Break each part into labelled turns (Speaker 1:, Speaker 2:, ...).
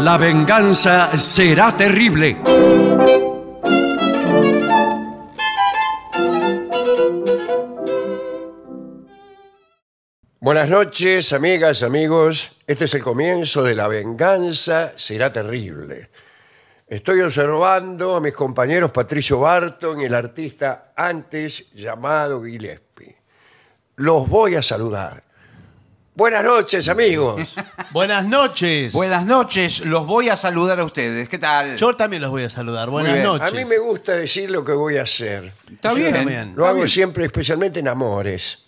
Speaker 1: La venganza será terrible. Buenas noches, amigas, amigos. Este es el comienzo de La venganza será terrible. Estoy observando a mis compañeros Patricio Barton y el artista antes llamado Gillespie. Los voy a saludar. Buenas noches, amigos.
Speaker 2: Buenas noches.
Speaker 3: Buenas noches, los voy a saludar a ustedes. ¿Qué tal?
Speaker 2: Yo también los voy a saludar. Buenas
Speaker 3: bien.
Speaker 2: noches.
Speaker 3: A
Speaker 1: A mí me gusta decir lo que voy a hacer.
Speaker 3: Está
Speaker 2: Yo
Speaker 3: bien.
Speaker 2: también.
Speaker 3: Mm. Está
Speaker 1: Lo hago
Speaker 3: bien.
Speaker 1: siempre, especialmente en amores.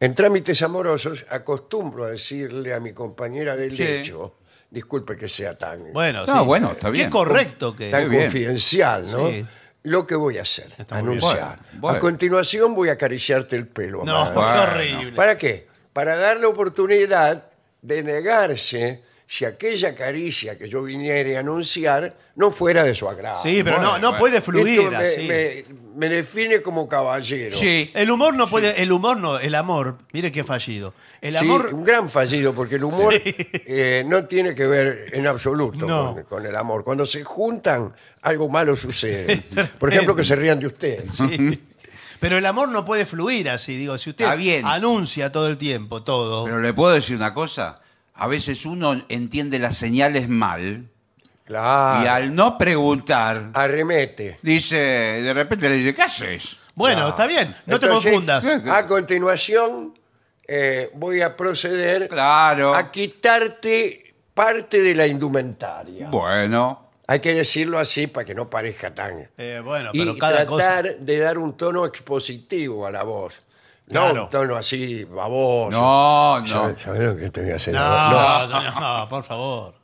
Speaker 1: En trámites amorosos acostumbro a decirle a mi compañera del
Speaker 3: Sí.
Speaker 1: lecho, disculpe que sea tan,
Speaker 2: Bueno,
Speaker 3: No,
Speaker 2: sí.
Speaker 3: bueno, está bien.
Speaker 2: Qué correcto que
Speaker 1: tan
Speaker 3: muy bien.
Speaker 1: confidencial, ¿no?
Speaker 2: Sí.
Speaker 1: Lo que voy a hacer,
Speaker 2: muy bien.
Speaker 1: anunciar.
Speaker 3: Bueno, bueno.
Speaker 1: A continuación voy a acariciarte el pelo.
Speaker 2: No,
Speaker 1: amada.
Speaker 2: qué
Speaker 3: Bueno.
Speaker 2: horrible.
Speaker 1: ¿Para qué? Para darle oportunidad de negarse si aquella caricia que yo viniere a anunciar no fuera de su agrado.
Speaker 2: Sí, pero no, no
Speaker 3: Bueno,
Speaker 2: puede fluir
Speaker 1: Esto me,
Speaker 2: así.
Speaker 1: me- me define como caballero.
Speaker 3: Sí.
Speaker 2: El humor no puede, el humor no, el amor, mire qué fallido. El
Speaker 1: Sí,
Speaker 2: amor
Speaker 1: un gran fallido, porque el humor eh, no tiene que ver en absoluto
Speaker 2: No.
Speaker 1: con, con el amor. Cuando se juntan, algo malo sucede. Por ejemplo, que se rían de usted.
Speaker 2: Pero el amor no puede fluir así, digo, si usted
Speaker 3: Está bien.
Speaker 2: anuncia todo el tiempo todo.
Speaker 3: Pero le puedo decir una cosa. A veces uno entiende las señales mal y
Speaker 1: Claro.
Speaker 3: al no preguntar,
Speaker 1: Arremete.
Speaker 3: dice, de repente le dice, ¿qué haces?
Speaker 2: bueno, está bien, no te
Speaker 1: Entonces,
Speaker 2: confundas.
Speaker 1: A continuación, eh, voy a proceder
Speaker 3: Claro.
Speaker 1: a quitarte parte de la indumentaria.
Speaker 3: Bueno,
Speaker 1: Hay que decirlo así para que no parezca tan...
Speaker 2: Eh, bueno,
Speaker 1: y
Speaker 2: pero cada cosa.
Speaker 1: tratar de dar un tono expositivo a la voz. No
Speaker 2: Claro.
Speaker 1: un tono así baboso.
Speaker 3: no, no.
Speaker 1: ¿Sabes, lo que te voy a hacer? ahora?
Speaker 2: No, no, por favor.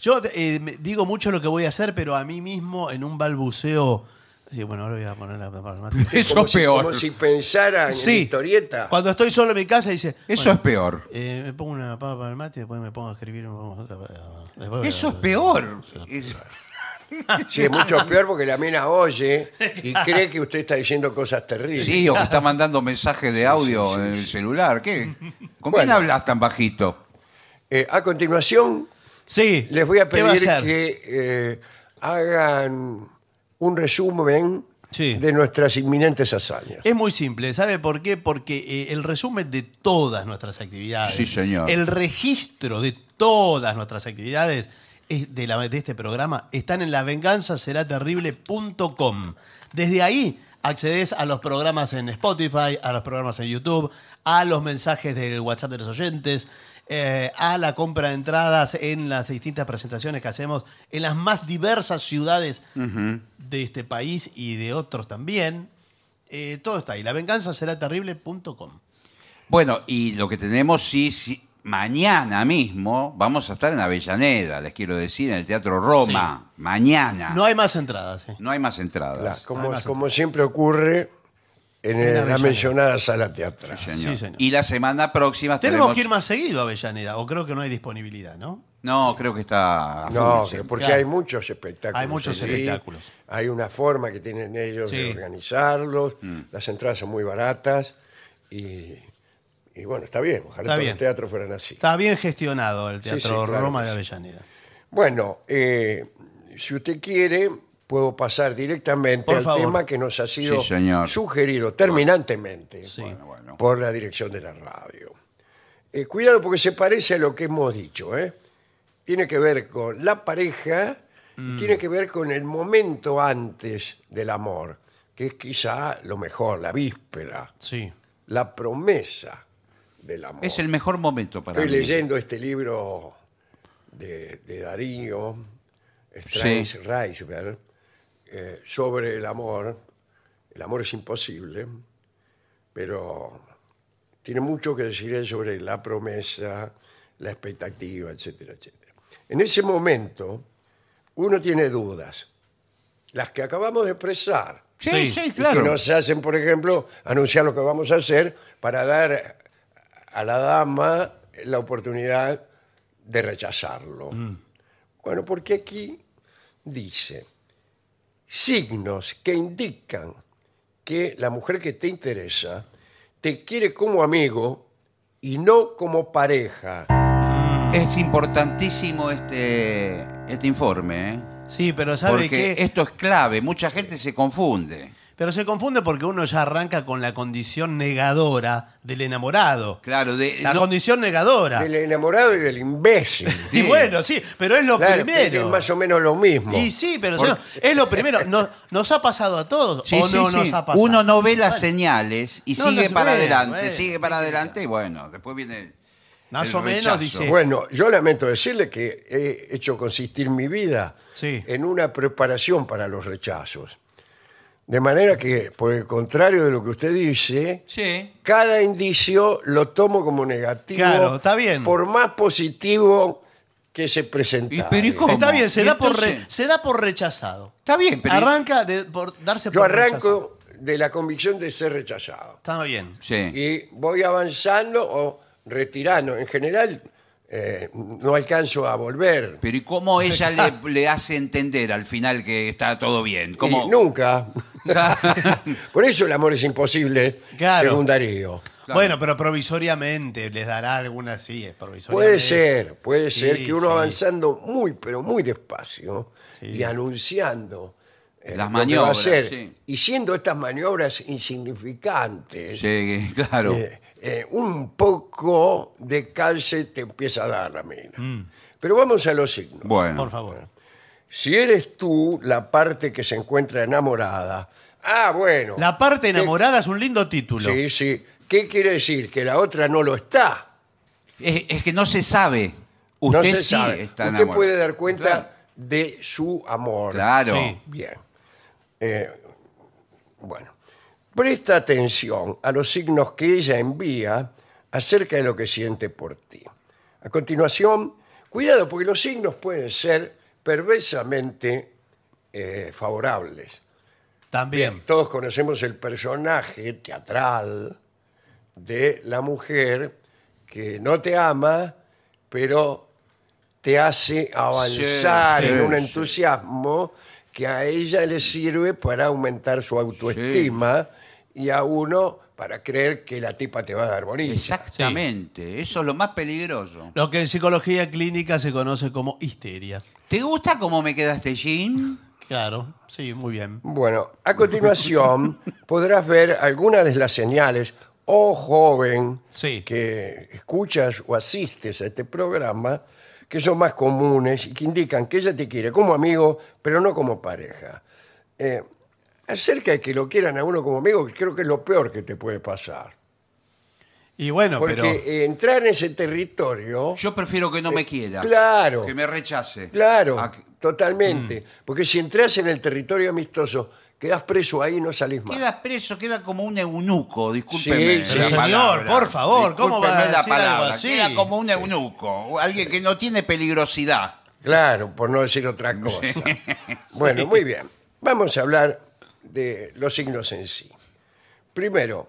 Speaker 2: Yo eh, me- digo mucho lo que voy a hacer, pero a mí mismo en un balbuceo. Sí, bueno, ahora voy a poner la palabra.
Speaker 3: Eso
Speaker 1: Como
Speaker 3: es
Speaker 1: si-
Speaker 3: peor.
Speaker 1: Como si pensara en
Speaker 2: Sí.
Speaker 1: historieta.
Speaker 2: Cuando estoy solo en mi casa, dice.
Speaker 3: Eso
Speaker 2: bueno,
Speaker 3: es peor.
Speaker 2: eh, me pongo una papa para el mate, después me pongo a escribir. me pongo otra pa- después-
Speaker 3: Eso es peor. Es-
Speaker 1: Sí, es mucho peor porque la mina oye y cree que usted está diciendo cosas terribles.
Speaker 3: Sí, o que está mandando mensajes de audio en el celular. ¿Qué? ¿Con quién
Speaker 1: Bueno.
Speaker 3: hablas tan bajito?
Speaker 1: Eh, a continuación,
Speaker 2: Sí.
Speaker 1: les voy a
Speaker 2: ¿qué va
Speaker 1: pedir
Speaker 2: hacer?
Speaker 1: que eh, hagan un resumen
Speaker 2: Sí.
Speaker 1: de nuestras inminentes hazañas.
Speaker 2: Es muy simple, ¿sabe por qué? Porque eh, el resumen de todas nuestras actividades,
Speaker 3: Sí, señor.
Speaker 2: el registro de todas nuestras actividades es de, la- de este programa están en lavenganzaseraterrible.com. Desde ahí accedes a los programas en Spotify, a los programas en YouTube, a los mensajes del WhatsApp de los oyentes, eh, a la compra de entradas en las distintas presentaciones que hacemos en las más diversas ciudades de este país y de otros también. Eh, todo está ahí. Lavenganzaseraterrible.com.
Speaker 3: Bueno, y lo que tenemos, sí, sí, mañana mismo vamos a estar en Avellaneda, les quiero decir, en el Teatro Roma. Mañana.
Speaker 2: No hay más entradas. eh.
Speaker 3: No hay más entradas.
Speaker 1: La- como,
Speaker 2: Además,
Speaker 1: como siempre ocurre en, el- la
Speaker 2: Avellaneda.
Speaker 1: mencionada sala teatral.
Speaker 3: señor.
Speaker 2: Sí, señor.
Speaker 3: Y la semana próxima
Speaker 2: Tenemos
Speaker 3: tenemos
Speaker 2: que ir más seguido a Avellaneda, o creo que no hay disponibilidad, ¿no?
Speaker 3: No, creo que está a
Speaker 1: No,
Speaker 3: full, sí.
Speaker 1: porque
Speaker 2: Claro.
Speaker 1: hay muchos espectáculos.
Speaker 2: Hay muchos
Speaker 1: allí,
Speaker 2: espectáculos.
Speaker 1: Hay una forma que tienen ellos de
Speaker 2: Sí. Mm.
Speaker 1: organizarlos. Las entradas son muy baratas. Y, y bueno, está bien. Ojalá
Speaker 2: Está
Speaker 1: todos
Speaker 2: bien.
Speaker 1: los teatros fueran así.
Speaker 2: Está bien gestionado el Teatro
Speaker 1: sí, claro
Speaker 2: Roma
Speaker 1: que
Speaker 2: de
Speaker 1: sí.
Speaker 2: Avellaneda.
Speaker 1: Bueno, eh, si usted quiere, puedo pasar directamente
Speaker 2: Por
Speaker 1: al
Speaker 2: favor.
Speaker 1: tema que nos ha sido
Speaker 3: Sí, señor.
Speaker 1: sugerido terminantemente
Speaker 3: Bueno, bueno.
Speaker 1: por la dirección de la radio. Eh, cuidado porque se parece a lo que hemos dicho. ¿eh? Tiene que ver con la pareja, y tiene que ver con el momento antes del amor, que es quizá lo mejor, la víspera,
Speaker 2: Sí.
Speaker 1: la promesa del amor.
Speaker 3: Es el mejor momento para
Speaker 1: Estoy
Speaker 3: mí.
Speaker 1: leyendo este libro de, de Darío, Strange
Speaker 3: Sí.
Speaker 1: Reisberg, eh, sobre el amor. El amor es imposible, pero tiene mucho que decir él sobre la promesa, la expectativa, etcétera, etcétera. En ese momento, uno tiene dudas, las que acabamos de expresar,
Speaker 3: Sí,
Speaker 2: Sí.
Speaker 3: sí,
Speaker 2: Y que
Speaker 1: y que
Speaker 3: claro.
Speaker 1: nos hacen, por ejemplo, anunciar lo que vamos a hacer para dar a la dama la oportunidad de rechazarlo.
Speaker 2: Mm.
Speaker 1: Bueno, porque aquí dice signos que indican que la mujer que te interesa te quiere como amigo y no como pareja.
Speaker 3: Es importantísimo este, este informe, ¿eh?
Speaker 2: Sí, pero ¿sabe
Speaker 3: porque
Speaker 2: qué?
Speaker 3: esto es clave. Mucha gente se confunde.
Speaker 2: Pero se confunde porque uno ya arranca con la condición negadora del enamorado.
Speaker 3: Claro, de,
Speaker 2: La
Speaker 3: Eh, no-
Speaker 2: condición negadora.
Speaker 1: Del enamorado y del imbécil.
Speaker 2: Y bueno, sí, pero es lo
Speaker 1: Claro,
Speaker 2: primero.
Speaker 1: Es más o menos lo mismo.
Speaker 2: Y sí, pero
Speaker 3: Por-
Speaker 2: señor, es lo primero. Nos, nos ha pasado a todos.
Speaker 3: Sí,
Speaker 2: o
Speaker 3: sí,
Speaker 2: no
Speaker 3: sí.
Speaker 2: nos ha pasado.
Speaker 3: Uno no ve
Speaker 2: Bueno,
Speaker 3: las señales y
Speaker 2: No,
Speaker 3: sigue
Speaker 2: no se
Speaker 3: para
Speaker 2: ve,
Speaker 3: adelante,
Speaker 2: bueno,
Speaker 3: sigue para
Speaker 2: sí,
Speaker 3: adelante y bueno, después viene. el-
Speaker 2: Más
Speaker 3: el
Speaker 2: o menos
Speaker 3: rechazo.
Speaker 2: dice-
Speaker 1: Bueno, yo lamento decirle que he hecho consistir mi vida
Speaker 2: Sí.
Speaker 1: en una preparación para los rechazos. De manera que, por el contrario de lo que usted dice,
Speaker 3: Sí.
Speaker 1: cada indicio lo tomo como negativo.
Speaker 2: Claro, está bien.
Speaker 1: Por más positivo que se
Speaker 3: Y
Speaker 1: presentara.
Speaker 3: pero ¿y cómo?
Speaker 2: Está bien, se
Speaker 3: ¿Y
Speaker 2: da, por re-
Speaker 3: entonces?
Speaker 2: se da por rechazado.
Speaker 3: Está bien, pero.
Speaker 2: Arranca de- por darse
Speaker 1: Yo
Speaker 2: por rechazado.
Speaker 1: arranco de la convicción de ser rechazado.
Speaker 2: Está bien.
Speaker 3: Sí.
Speaker 1: y voy avanzando o retirando. En general, eh, no alcanzo a volver.
Speaker 3: Pero ¿y cómo ella le, le hace entender al final que está todo
Speaker 2: Eh,
Speaker 3: bien? ¿Cómo?
Speaker 1: Y nunca. Por eso el amor es imposible,
Speaker 2: Claro.
Speaker 1: según Darío.
Speaker 3: Claro.
Speaker 2: Bueno, pero provisoriamente les dará alguna, sí, es provisoriamente.
Speaker 1: Puede ser, puede
Speaker 2: Sí,
Speaker 1: ser que uno
Speaker 2: sí.
Speaker 1: avanzando muy, pero muy despacio
Speaker 2: Sí.
Speaker 1: y anunciando eh, lo
Speaker 3: Las
Speaker 1: que va a
Speaker 3: maniobras,
Speaker 1: hacer,
Speaker 3: sí.
Speaker 1: y siendo estas maniobras insignificantes,
Speaker 3: Sí, claro.
Speaker 1: Eh, eh, un poco de calce te empieza a dar la mina.
Speaker 2: Mm.
Speaker 1: Pero vamos a los signos.
Speaker 3: Bueno.
Speaker 2: Por favor.
Speaker 1: Si eres tú la parte que se encuentra enamorada. Ah, bueno.
Speaker 2: La parte enamorada es un lindo título.
Speaker 1: Sí, sí. ¿Qué quiere decir? Que la otra no lo está.
Speaker 3: Es, es que no se sabe. Usted
Speaker 1: no se
Speaker 3: sí
Speaker 1: sabe.
Speaker 3: está
Speaker 1: Usted
Speaker 3: enamorado.
Speaker 1: puede dar cuenta
Speaker 3: Claro.
Speaker 1: de su amor.
Speaker 3: Claro.
Speaker 2: Sí.
Speaker 1: Bien. Eh, bueno. Presta atención a los signos que ella envía acerca de lo que siente por ti. A continuación, cuidado, porque los signos pueden ser perversamente eh, favorables.
Speaker 2: También.
Speaker 1: Todos conocemos el personaje teatral de la mujer que no te ama, pero te hace avanzar
Speaker 3: Sí,
Speaker 1: en
Speaker 3: sí,
Speaker 1: un
Speaker 3: sí.
Speaker 1: entusiasmo que a ella le sirve para aumentar su autoestima y a uno para creer que la tipa te va a dar bonita.
Speaker 3: Exactamente. Eso es lo más peligroso.
Speaker 2: Lo que en psicología clínica se conoce como histeria.
Speaker 3: ¿Te gusta cómo me queda este jean?
Speaker 2: Claro, sí, muy bien.
Speaker 1: Bueno, a continuación podrás ver algunas de las señales, oh joven,
Speaker 2: Sí.
Speaker 1: que escuchas o asistes a este programa, que son más comunes y que indican que ella te quiere como amigo, pero no como pareja. Eh, acerca de que lo quieran a uno como amigo, que creo que es lo peor que te puede pasar.
Speaker 2: Y bueno,
Speaker 1: Porque
Speaker 2: pero
Speaker 1: eh, entrar en ese territorio,
Speaker 3: Yo prefiero que no
Speaker 2: Eh,
Speaker 3: me quiera.
Speaker 1: claro.
Speaker 3: Que me rechace.
Speaker 1: claro,
Speaker 3: A Ah, que-
Speaker 1: totalmente. Porque si entras en el territorio amistoso, quedas preso ahí y no salís más.
Speaker 3: Queda preso, queda como un eunuco, discúlpeme.
Speaker 1: Sí, sí.
Speaker 3: la
Speaker 1: Señor,
Speaker 3: palabra.
Speaker 2: por favor, ¿cómo va a
Speaker 3: Discúlpeme la
Speaker 2: decir algo
Speaker 3: palabra?
Speaker 2: así?
Speaker 3: Queda como un eunuco, alguien que no tiene peligrosidad.
Speaker 1: Claro, por no decir otra cosa. Bueno, muy bien. Vamos a hablar de los signos en sí. Primero,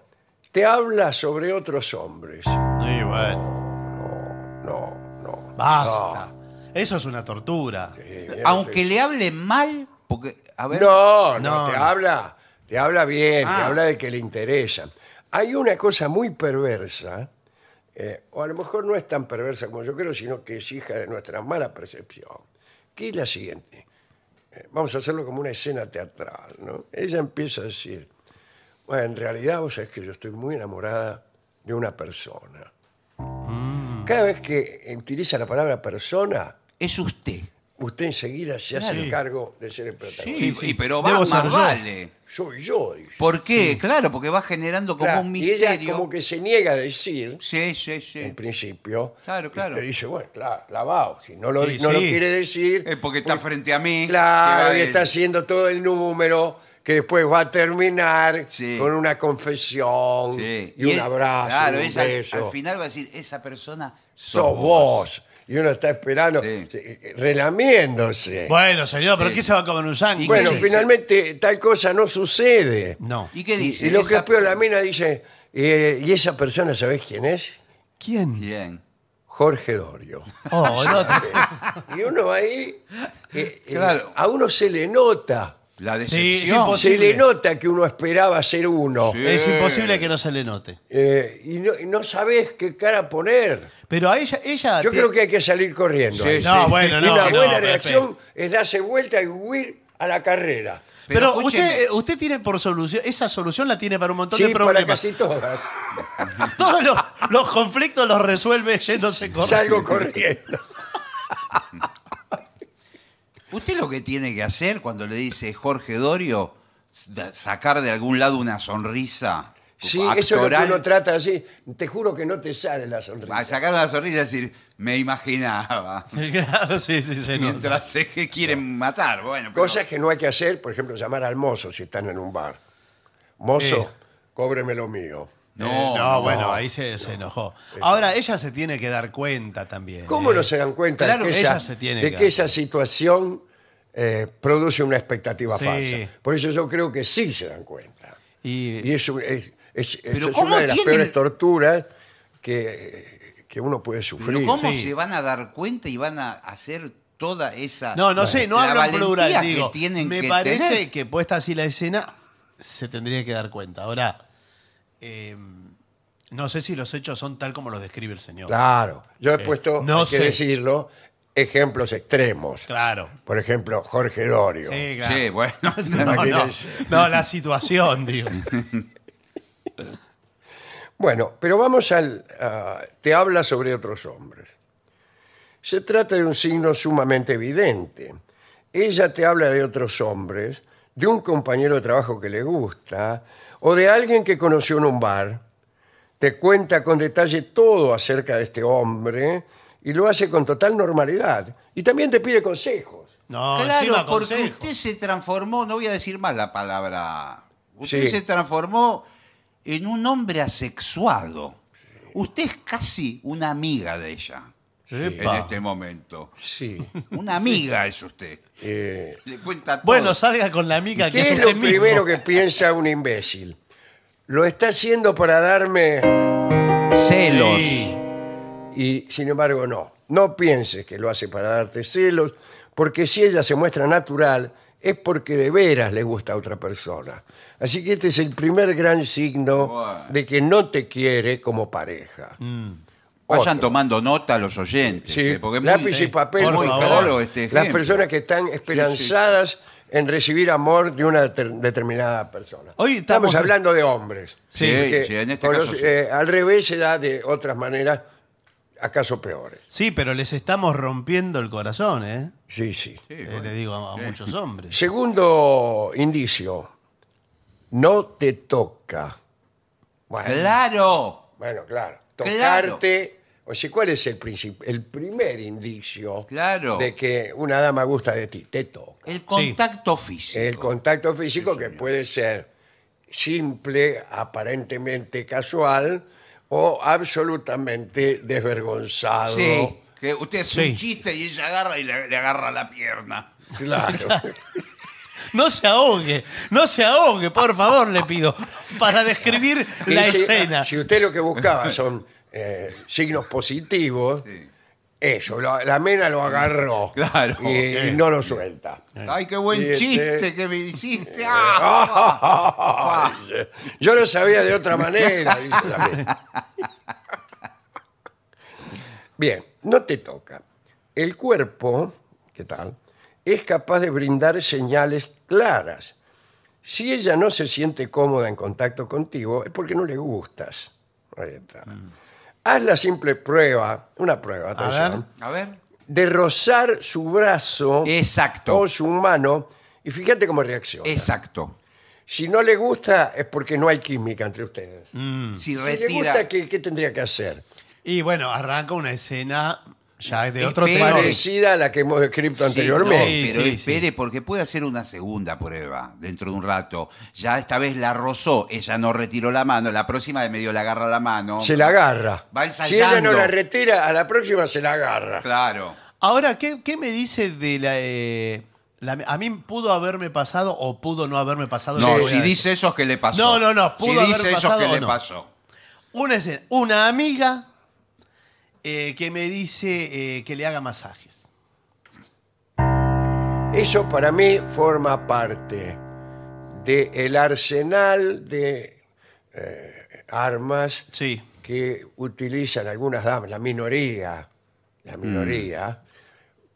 Speaker 1: te habla sobre otros hombres.
Speaker 2: y bueno,
Speaker 1: No, no.
Speaker 2: basta. Eso es una tortura.
Speaker 3: Aunque le hable mal, porque, a ver,
Speaker 1: No, no,
Speaker 2: No,
Speaker 1: te
Speaker 2: no.
Speaker 1: habla, te habla bien, te
Speaker 3: Ah.
Speaker 1: habla de que le interesan. Hay una cosa muy perversa, eh, o a lo mejor no es tan perversa como yo creo, sino que es hija de nuestra mala percepción, que es la siguiente. Eh, vamos a hacerlo como una escena teatral, ¿no? Ella empieza a decir, bueno, en realidad vos sabés que yo estoy muy enamorada de una persona. Cada vez que utiliza la palabra persona,
Speaker 3: es usted.
Speaker 1: usted enseguida se hace
Speaker 2: Claro.
Speaker 1: cargo de ser el protagonista.
Speaker 3: Sí,
Speaker 2: sí.
Speaker 3: y- pero va
Speaker 2: Debo
Speaker 3: más
Speaker 2: ser yo.
Speaker 3: vale.
Speaker 1: Soy yo, dice.
Speaker 3: ¿Por qué? Claro, porque va generando como
Speaker 1: Claro,
Speaker 3: un
Speaker 1: Y ella
Speaker 3: misterio.
Speaker 1: como que se niega a decir,
Speaker 3: Sí, sí,
Speaker 1: en
Speaker 3: sí.
Speaker 1: principio.
Speaker 3: Claro, claro.
Speaker 1: Y te dice, bueno, claro, clavado. Si no lo,
Speaker 2: Sí,
Speaker 1: no lo
Speaker 2: sí.
Speaker 1: quiere decir.
Speaker 3: Es porque está
Speaker 1: pues,
Speaker 3: frente a mí. que
Speaker 1: Claro,
Speaker 3: va
Speaker 1: y
Speaker 3: él.
Speaker 1: está haciendo todo el número que después va a terminar
Speaker 3: Sí.
Speaker 1: con una confesión
Speaker 3: Sí.
Speaker 1: y, un
Speaker 3: él-
Speaker 1: abrazo.
Speaker 3: Claro,
Speaker 1: y un
Speaker 3: ella al-
Speaker 1: beso.
Speaker 3: Al, final va a decir, esa persona sos,
Speaker 1: sos vos. Y uno está esperando,
Speaker 3: Sí.
Speaker 1: eh, relamiéndose.
Speaker 2: Bueno, señor, ¿pero
Speaker 3: Sí.
Speaker 2: qué se va a comer un sándwich?
Speaker 3: ¿Y
Speaker 1: Bueno,
Speaker 3: qué dice?
Speaker 1: finalmente tal cosa no sucede.
Speaker 2: No.
Speaker 3: ¿Y qué dice?
Speaker 1: Y lo que
Speaker 3: Esa-
Speaker 1: es peor, la mina dice, eh, ¿y esa persona sabés quién es?
Speaker 2: ¿Quién?
Speaker 3: Bien.
Speaker 1: Jorge Dorio.
Speaker 2: Oh, no,
Speaker 1: Y uno ahí, eh, eh,
Speaker 3: Claro.
Speaker 1: a uno se le nota
Speaker 3: La
Speaker 2: Sí, es
Speaker 3: decepción.
Speaker 2: imposible.
Speaker 1: Se le nota que uno esperaba ser uno
Speaker 3: Sí.
Speaker 2: Es imposible que no se le note.
Speaker 1: eh, y, no, y no sabes qué cara poner.
Speaker 2: Pero a ella. ella
Speaker 1: Yo
Speaker 2: te-
Speaker 1: creo que hay que salir corriendo.
Speaker 3: Ah, Sí,
Speaker 1: ahí.
Speaker 3: sí.
Speaker 2: No, bueno, no.
Speaker 1: una
Speaker 2: no,
Speaker 1: buena
Speaker 2: pero-
Speaker 1: reacción es darse vuelta y huir a la carrera.
Speaker 2: Pero,
Speaker 3: Pero
Speaker 2: usted, eh,
Speaker 3: escúcheme.
Speaker 2: usted tiene por solución, esa solución la tiene para un montón
Speaker 1: Sí,
Speaker 2: de
Speaker 1: para
Speaker 2: problemas.
Speaker 1: casi todas.
Speaker 2: Todos los, los conflictos los resuelve yéndose con.
Speaker 1: Salgo corriendo.
Speaker 3: Usted lo que tiene que hacer cuando le dice Jorge Dorio, da- sacar de algún lado una sonrisa
Speaker 1: Sí,
Speaker 3: actoral,
Speaker 1: eso es lo que uno trata así. Te juro que no te sale la
Speaker 3: a
Speaker 1: sonrisa.
Speaker 3: sacar una sonrisa y decir, me imaginaba.
Speaker 2: Claro, sí, sí, se nota.
Speaker 3: Mientras sé que quieren matar, bueno. pero-
Speaker 1: Cosas que no hay que hacer, por ejemplo, llamar al mozo si están en un bar. Mozo,
Speaker 2: Eh.
Speaker 1: cóbreme lo mío.
Speaker 3: No,
Speaker 2: Eh,
Speaker 3: no.
Speaker 2: bueno, ahí se, se enojó. Ahora ella se tiene que dar cuenta también.
Speaker 1: ¿Cómo
Speaker 2: eh.
Speaker 1: no se dan cuenta
Speaker 2: Claro,
Speaker 1: de que,
Speaker 2: ella
Speaker 1: esa,
Speaker 2: se tiene
Speaker 1: de
Speaker 2: que
Speaker 1: que
Speaker 2: dar
Speaker 1: esa situación eh, produce una expectativa
Speaker 2: Sí.
Speaker 1: falsa? Por eso yo creo que sí se dan cuenta.
Speaker 2: Y,
Speaker 1: Y eso es, es- eso es
Speaker 3: ¿cómo
Speaker 1: una de las
Speaker 3: tienen-
Speaker 1: peores torturas que, que uno puede
Speaker 3: Pero
Speaker 1: sufrir.
Speaker 3: ¿cómo
Speaker 2: Sí.
Speaker 3: se van a dar cuenta y van a hacer toda esa.
Speaker 2: no, no sé, no
Speaker 3: la
Speaker 2: hablo en
Speaker 3: valentía
Speaker 2: plural.
Speaker 3: que
Speaker 2: Digo,
Speaker 3: tienen
Speaker 2: me
Speaker 3: que
Speaker 2: parece
Speaker 3: tener?
Speaker 2: que puesta así la escena, se tendría que dar cuenta. Ahora, eh, no sé si los hechos son tal como los describe el señor.
Speaker 1: Claro. Yo he puesto,
Speaker 2: Eh, no
Speaker 1: hay que
Speaker 2: sé.
Speaker 1: decirlo, ejemplos extremos.
Speaker 2: Claro.
Speaker 1: Por ejemplo, Jorge Dorio.
Speaker 2: Sí, claro.
Speaker 3: Sí, bueno.
Speaker 2: No, no,
Speaker 1: Imagínense.
Speaker 2: no, la situación, digo.
Speaker 1: Bueno, pero vamos al... a- te habla sobre otros hombres. Se trata de un signo sumamente evidente. Ella te habla de otros hombres, de un compañero de trabajo que le gusta, o de alguien que conoció en un bar. Te cuenta con detalle todo acerca de este hombre y lo hace con total normalidad. Y también te pide consejos.
Speaker 2: No, encima
Speaker 3: claro, porque
Speaker 2: consejo.
Speaker 3: usted se transformó, no voy a decir más la palabra. Usted
Speaker 1: Sí.
Speaker 3: se transformó en un hombre asexuado. Usted es casi una amiga de ella
Speaker 2: Epa.
Speaker 3: en este momento.
Speaker 1: Sí.
Speaker 3: Una amiga es usted.
Speaker 1: Eh,
Speaker 3: Le cuenta todo.
Speaker 2: Bueno, salga con la amiga que
Speaker 1: ¿Qué
Speaker 2: es
Speaker 1: es
Speaker 2: usted
Speaker 1: lo
Speaker 2: mismo.
Speaker 1: primero que piensa un imbécil? Lo está haciendo para darme...
Speaker 3: celos.
Speaker 2: Sí.
Speaker 1: Y sin embargo, no. No pienses que lo hace para darte celos, porque si ella se muestra natural, es porque de veras le gusta a otra persona. Así que este es el primer gran signo
Speaker 3: Bueno. Mm.
Speaker 1: de que no te quiere como pareja.
Speaker 3: Vayan
Speaker 1: Otro.
Speaker 3: tomando nota los oyentes.
Speaker 1: Sí,
Speaker 3: eh, porque es muy-
Speaker 1: lápiz y papel,
Speaker 2: por
Speaker 3: muy
Speaker 2: favor.
Speaker 3: claro este
Speaker 1: Las
Speaker 3: ejemplo.
Speaker 1: personas que están esperanzadas en recibir amor de una deter- determinada persona.
Speaker 2: Hoy
Speaker 1: estamos...
Speaker 2: estamos-
Speaker 1: hablando de hombres.
Speaker 3: Sí,
Speaker 1: Porque
Speaker 3: sí, en este
Speaker 1: con
Speaker 3: caso sí.
Speaker 1: eh, al revés se da de otras maneras, acaso peores.
Speaker 2: Sí, pero les estamos rompiendo el corazón, ¿eh?
Speaker 1: Sí, sí.
Speaker 3: Sí,
Speaker 2: Eh,
Speaker 3: bueno.
Speaker 2: Le digo a, a muchos hombres.
Speaker 1: Segundo indicio, no te toca. Bueno,
Speaker 3: Claro.
Speaker 1: bueno, claro.
Speaker 3: Claro.
Speaker 1: Tocarte. O sea, ¿cuál es el, princip- el primer indicio
Speaker 3: Claro.
Speaker 1: de que una dama gusta de ti? Te toca.
Speaker 3: El contacto físico.
Speaker 1: El contacto físico que puede ser simple, aparentemente casual o absolutamente desvergonzado.
Speaker 3: Sí, que usted hace
Speaker 2: Sí.
Speaker 3: un chiste y ella agarra y le, le agarra la pierna.
Speaker 1: Claro.
Speaker 2: No se ahogue, no se ahogue, por favor, le pido. Para describir la
Speaker 1: Ese-
Speaker 2: escena.
Speaker 1: Si usted lo que buscaba son eh, signos positivos,
Speaker 3: Sí.
Speaker 1: Eso, la, la mena lo agarró.
Speaker 3: Claro.
Speaker 1: Y, y no lo suelta.
Speaker 2: Eh,
Speaker 3: Ay, qué buen
Speaker 1: Y este-
Speaker 3: chiste que me hiciste. Ah.
Speaker 1: Yo lo sabía de otra manera, dice la mena. Bien, no te toca. El cuerpo, ¿qué tal? Es capaz de brindar señales claras. Si ella no se siente cómoda en contacto contigo, es porque no le gustas. Ahí está. Haz la simple prueba, una prueba, atención
Speaker 2: ver.
Speaker 3: Mm. A ver.
Speaker 1: de rozar su brazo
Speaker 3: Exacto.
Speaker 1: o su mano y fíjate cómo reacciona.
Speaker 3: Exacto.
Speaker 1: Si no le gusta es porque no hay química entre ustedes.
Speaker 2: Mm.
Speaker 1: Mm. Si
Speaker 3: Si
Speaker 1: le
Speaker 3: retira.
Speaker 1: gusta, ¿qué, qué tendría que hacer?
Speaker 2: Y bueno, arranca una escena ya de otro
Speaker 3: Espere.
Speaker 2: tema.
Speaker 1: Parecida a la que hemos descrito
Speaker 3: Sí,
Speaker 1: anteriormente.
Speaker 2: Sí,
Speaker 3: no, pero
Speaker 2: sí,
Speaker 3: espere, porque puede hacer una segunda prueba dentro de un rato. Ya esta vez la rozó, ella no retiró la mano, la próxima de medio le agarra la mano.
Speaker 1: Se la agarra.
Speaker 3: Va
Speaker 1: si ella no
Speaker 3: ensayando.
Speaker 1: la retira, a la próxima se la agarra.
Speaker 3: Claro.
Speaker 2: Ahora, ¿qué, qué me dice de la, eh, la- A mí pudo haberme pasado o pudo no haberme
Speaker 1: Ah,
Speaker 2: pasado.
Speaker 3: No,
Speaker 2: le voy a
Speaker 3: si
Speaker 2: decir.
Speaker 3: dice eso que le pasó.
Speaker 2: No, no, no, pudo
Speaker 3: Si
Speaker 2: haber
Speaker 3: dice eso
Speaker 2: pasado
Speaker 3: que
Speaker 2: o
Speaker 3: le
Speaker 2: no.
Speaker 3: pasó.
Speaker 2: Una escena, una amiga eh, que me dice eh, que le haga masajes.
Speaker 1: Eso para mí forma parte del arsenal de eh, armas
Speaker 2: Sí.
Speaker 1: que utilizan algunas damas, la minoría,
Speaker 3: Mm.
Speaker 1: la minoría,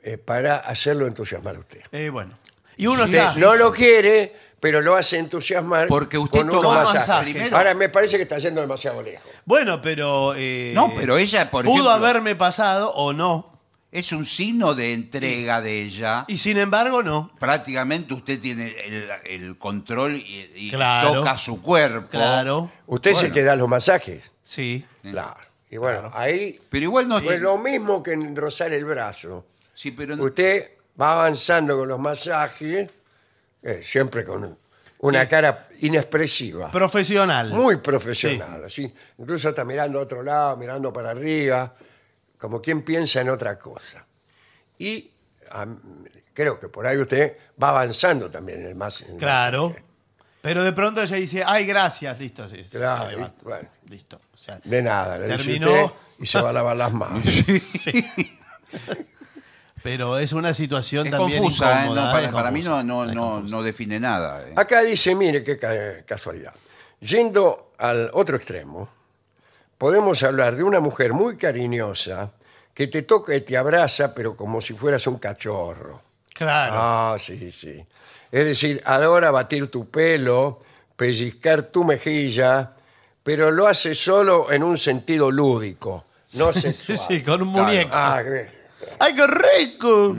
Speaker 1: eh, para hacerlo entusiasmar a usted.
Speaker 2: Eh, bueno. Y uno
Speaker 1: Usted
Speaker 2: está.
Speaker 1: no lo quiere, pero lo hace entusiasmar.
Speaker 3: Porque usted
Speaker 1: con unos
Speaker 3: tomó
Speaker 1: masajes.
Speaker 2: masajes.
Speaker 3: Primero-
Speaker 1: Ahora me parece que está yendo demasiado lejos.
Speaker 2: Bueno, pero. eh,
Speaker 3: No, pero ella, por
Speaker 2: Pudo
Speaker 3: ejemplo-
Speaker 2: haberme pasado o no.
Speaker 3: Es un signo de entrega de ella.
Speaker 2: Y sin embargo, no.
Speaker 3: Prácticamente usted tiene el, el control y, y
Speaker 2: Claro.
Speaker 3: toca su cuerpo.
Speaker 2: Claro.
Speaker 1: Usted es el
Speaker 3: Bueno.
Speaker 1: que da los masajes.
Speaker 2: Sí.
Speaker 1: Claro. Y bueno, ahí
Speaker 3: Pero igual no.
Speaker 1: pues lo mismo que en rozar el brazo.
Speaker 3: Sí, pero no-
Speaker 1: Usted va avanzando con los masajes, eh, siempre con una cara inexpresiva,
Speaker 2: Profesional.
Speaker 1: muy profesional, así. Incluso está mirando a otro lado, mirando para arriba, como quien piensa en otra cosa. Y am, creo que por ahí usted va avanzando también en el más. en el
Speaker 2: Claro.
Speaker 1: masaje.
Speaker 2: Pero de pronto ella dice, ay, gracias, listo. sí, sí,
Speaker 1: Claro,
Speaker 2: se levanta.
Speaker 1: y- bueno.
Speaker 2: Listo. O sea,
Speaker 1: De nada, le dice
Speaker 2: Terminó.
Speaker 1: usted y se va a lavar las manos.
Speaker 2: pero es una situación
Speaker 3: es
Speaker 2: también
Speaker 3: confusa, ¿eh? No,
Speaker 2: incómoda,
Speaker 3: para,
Speaker 2: es
Speaker 3: para mí
Speaker 2: confusa,
Speaker 3: no, no,
Speaker 2: es
Speaker 3: no,
Speaker 2: confusa.
Speaker 3: no define nada. ¿eh?
Speaker 1: Acá dice, mire qué ca- casualidad. Yendo al otro extremo, podemos hablar de una mujer muy cariñosa que te toca y te abraza, pero como si fueras un cachorro.
Speaker 2: Claro.
Speaker 1: Ah, sí, sí. Es decir, adora batir tu pelo, pellizcar tu mejilla, pero lo hace solo en un sentido lúdico, no
Speaker 2: Sí,
Speaker 1: sexual.
Speaker 2: sí, con un
Speaker 3: Claro.
Speaker 2: muñeco.
Speaker 1: Ah, que-
Speaker 2: ¡Ay, qué rico!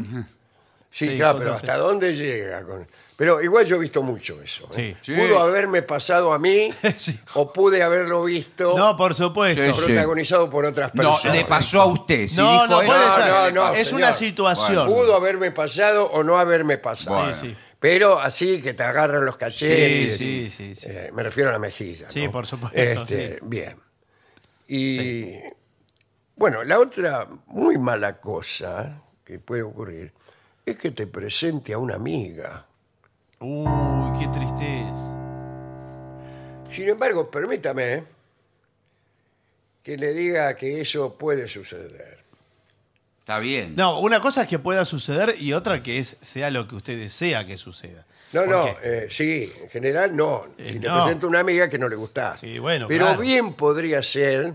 Speaker 1: Sí,
Speaker 2: Sí,
Speaker 1: claro,
Speaker 2: cosas
Speaker 1: pero
Speaker 2: así.
Speaker 1: ¿hasta dónde llega? con- Pero igual yo he visto mucho eso. ¿eh?
Speaker 3: Sí. Sí.
Speaker 1: Pudo haberme pasado a mí
Speaker 2: Sí.
Speaker 1: o pude haberlo visto
Speaker 2: No, por supuesto.
Speaker 3: Sí, sí.
Speaker 1: protagonizado por otras
Speaker 3: No,
Speaker 1: personas.
Speaker 3: le pasó a usted. Si
Speaker 2: No,
Speaker 3: dijo
Speaker 2: no
Speaker 3: eso,
Speaker 2: puede
Speaker 1: No,
Speaker 2: ser.
Speaker 1: no, no,
Speaker 2: es
Speaker 1: señor.
Speaker 2: una situación.
Speaker 1: Pudo haberme pasado o no haberme pasado.
Speaker 3: Bueno.
Speaker 2: Sí, sí.
Speaker 1: Pero así que te agarran los
Speaker 2: Sí,
Speaker 1: cachetes.
Speaker 2: sí, sí, sí.
Speaker 1: Eh, me refiero a la mejilla.
Speaker 2: Sí,
Speaker 1: ¿no?
Speaker 2: por supuesto,
Speaker 1: Este,
Speaker 2: sí.
Speaker 1: Bien. Y bueno, la otra muy mala cosa que puede ocurrir es que te presente a una amiga.
Speaker 2: Uy, qué tristeza.
Speaker 1: Sin embargo, permítame que le diga que eso puede suceder.
Speaker 3: Está bien.
Speaker 2: No, una cosa es que pueda suceder y otra que es sea lo que usted desea que suceda.
Speaker 1: No, no,
Speaker 2: Porque-
Speaker 1: eh, sí, en general no.
Speaker 2: Eh,
Speaker 1: si te
Speaker 2: no.
Speaker 1: presento una amiga que no le gustás.
Speaker 2: Sí, bueno,
Speaker 1: Pero
Speaker 2: claro.
Speaker 1: bien podría ser.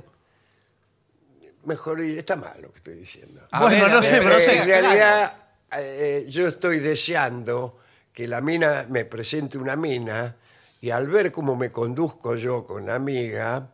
Speaker 1: Mejor, está mal lo que estoy diciendo.
Speaker 3: A
Speaker 2: Bueno, no sé,
Speaker 1: Eh,
Speaker 2: pero no sé.
Speaker 1: en realidad, eh, yo estoy deseando que la mina me presente una mina y al ver cómo me conduzco yo con la amiga,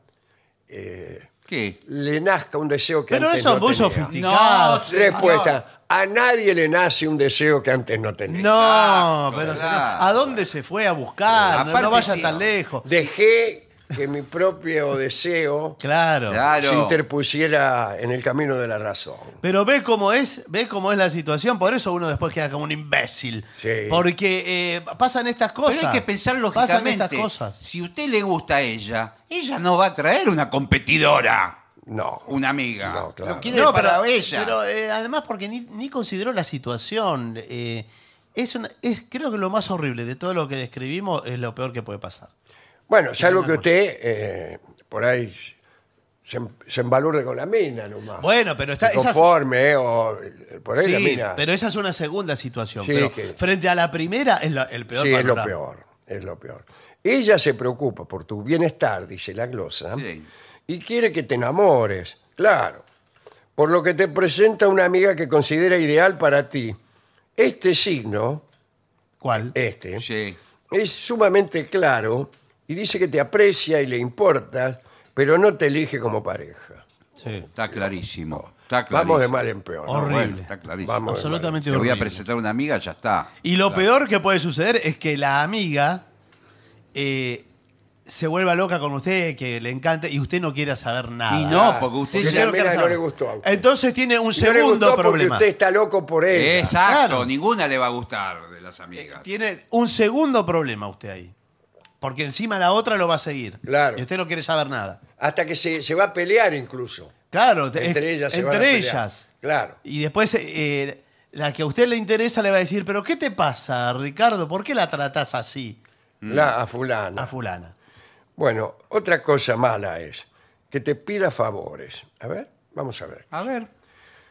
Speaker 1: eh,
Speaker 3: ¿Qué?
Speaker 1: le nazca un deseo que
Speaker 2: Pero
Speaker 1: antes no
Speaker 2: eso es muy
Speaker 1: tenía.
Speaker 2: sofisticado.
Speaker 3: No,
Speaker 1: Respuesta. A nadie le nace un deseo que antes no tenía.
Speaker 2: No,
Speaker 3: Exacto,
Speaker 2: pero
Speaker 3: ¿verdad?
Speaker 2: señor, ¿a dónde se fue a buscar? No,
Speaker 3: Aparte,
Speaker 2: no vaya
Speaker 3: sí,
Speaker 2: tan
Speaker 3: no.
Speaker 2: lejos.
Speaker 1: Dejé que mi propio deseo
Speaker 2: Claro.
Speaker 1: se
Speaker 3: Claro.
Speaker 1: interpusiera en el camino de la razón.
Speaker 2: Pero ves cómo es, ves cómo es la situación, por eso uno después queda como un imbécil.
Speaker 1: Sí.
Speaker 2: Porque eh, pasan estas cosas.
Speaker 3: Pero hay que pensar
Speaker 2: Pasan
Speaker 3: lógicamente.
Speaker 2: estas cosas.
Speaker 3: Si usted le gusta a ella, ella no va a traer una competidora,
Speaker 1: No.
Speaker 3: una amiga.
Speaker 1: No, claro.
Speaker 3: Lo quiere para ella.
Speaker 2: pero, eh, además porque ni, ni consideró la situación. eh, es una- es- creo que lo más horrible de todo lo que describimos es lo peor que puede pasar.
Speaker 1: Bueno, salvo que usted eh, por ahí se, se embalurde con la mina nomás.
Speaker 2: Bueno, pero está-
Speaker 1: Se
Speaker 2: esas-
Speaker 1: conforme, eh, o Ah, eh, por ahí la
Speaker 2: Sí,
Speaker 1: mina.
Speaker 2: pero esa es una segunda situación.
Speaker 1: Sí,
Speaker 2: pero
Speaker 1: que-
Speaker 2: frente a la primera es la- el peor
Speaker 1: sí, es lo
Speaker 2: panorama.
Speaker 1: peor, es lo peor. Ella se preocupa por tu bienestar, dice la glosa,
Speaker 3: Sí.
Speaker 1: y quiere que te enamores, claro. Por lo que te presenta una amiga que considera ideal para ti. Este signo,
Speaker 2: ¿Cuál?
Speaker 1: este,
Speaker 3: Sí.
Speaker 1: es sumamente claro y dice que te aprecia y le importas, pero no te elige como pareja. eh,
Speaker 2: Sí.
Speaker 3: Está clarísimo. Está Ah, clarísimo.
Speaker 1: Vamos de mal en peor. ¿no?
Speaker 2: Horrible.
Speaker 3: Bueno, está clarísimo.
Speaker 1: Vamos.
Speaker 2: Absolutamente
Speaker 3: Te voy a
Speaker 2: horrible.
Speaker 3: presentar una amiga, ya está.
Speaker 2: Y lo
Speaker 3: Claro.
Speaker 2: peor que puede suceder es que la amiga eh, se vuelva loca con usted, que le encante, y usted no quiera saber nada.
Speaker 3: Y no, porque usted
Speaker 1: Porque
Speaker 3: ya-
Speaker 1: la mina
Speaker 2: Quiero
Speaker 1: no
Speaker 2: saber.
Speaker 1: le gustó a usted.
Speaker 2: Entonces tiene un
Speaker 1: No le
Speaker 2: segundo
Speaker 1: gustó
Speaker 2: problema.
Speaker 1: porque usted está loco por ella.
Speaker 3: Exacto,
Speaker 2: Claro.
Speaker 3: ninguna le va a gustar de las
Speaker 2: Eh,
Speaker 3: amigas.
Speaker 2: Tiene un segundo problema usted ahí. Porque encima la otra lo va a seguir.
Speaker 1: Claro.
Speaker 2: Y usted no quiere saber nada.
Speaker 1: Hasta que se, se va a pelear incluso.
Speaker 2: Claro,
Speaker 1: Entre
Speaker 2: es-
Speaker 1: ellas. se van
Speaker 2: entre
Speaker 1: a pelear.
Speaker 2: ellas.
Speaker 1: Claro.
Speaker 2: Y después eh, la que a usted le interesa le va a decir, pero ¿qué te pasa, Ricardo? ¿Por qué la tratás así
Speaker 3: Mm.
Speaker 1: La, a fulana.
Speaker 2: a fulana?
Speaker 1: Bueno, otra cosa mala es que te pida favores. A ver, vamos a ver.
Speaker 3: A ver.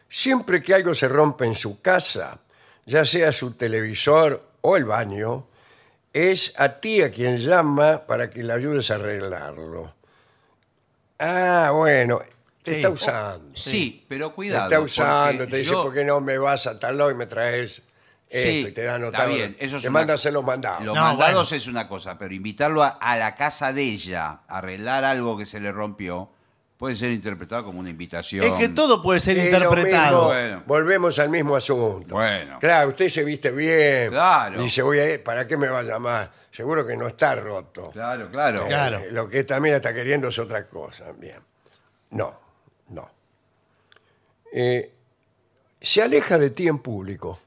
Speaker 1: Siempre que algo se rompe en su casa, ya sea su televisor o el baño, es a ti a quien llama para que le ayudes a arreglarlo. Ah, bueno, te
Speaker 2: Sí.
Speaker 1: está usando.
Speaker 3: Sí, pero
Speaker 1: te
Speaker 3: cuidado.
Speaker 1: está usando,
Speaker 3: porque
Speaker 1: te dice,
Speaker 3: yo-
Speaker 1: ¿por qué no me vas a tal lado y me traes esto? Y te da
Speaker 3: está
Speaker 1: anotado.
Speaker 3: bien, eso es
Speaker 1: te
Speaker 3: una-
Speaker 1: mandas en los mandados.
Speaker 3: Los
Speaker 2: No,
Speaker 3: mandados es una cosa, pero invitarlo a, a la casa de ella, a arreglar algo que se le rompió, puede ser interpretado como una invitación.
Speaker 2: Es que todo puede ser
Speaker 1: Es lo mismo,
Speaker 2: interpretado.
Speaker 3: Bueno.
Speaker 1: Volvemos al mismo asunto.
Speaker 3: Bueno.
Speaker 1: Claro, usted se viste bien.
Speaker 3: Claro.
Speaker 1: Dice, voy a ir, ¿para qué me va a llamar? Seguro que no está roto.
Speaker 3: Claro, claro.
Speaker 2: Claro.
Speaker 1: Eh, Lo que también está queriendo es otra cosa. Bien. No, no. Eh, se aleja de ti en público.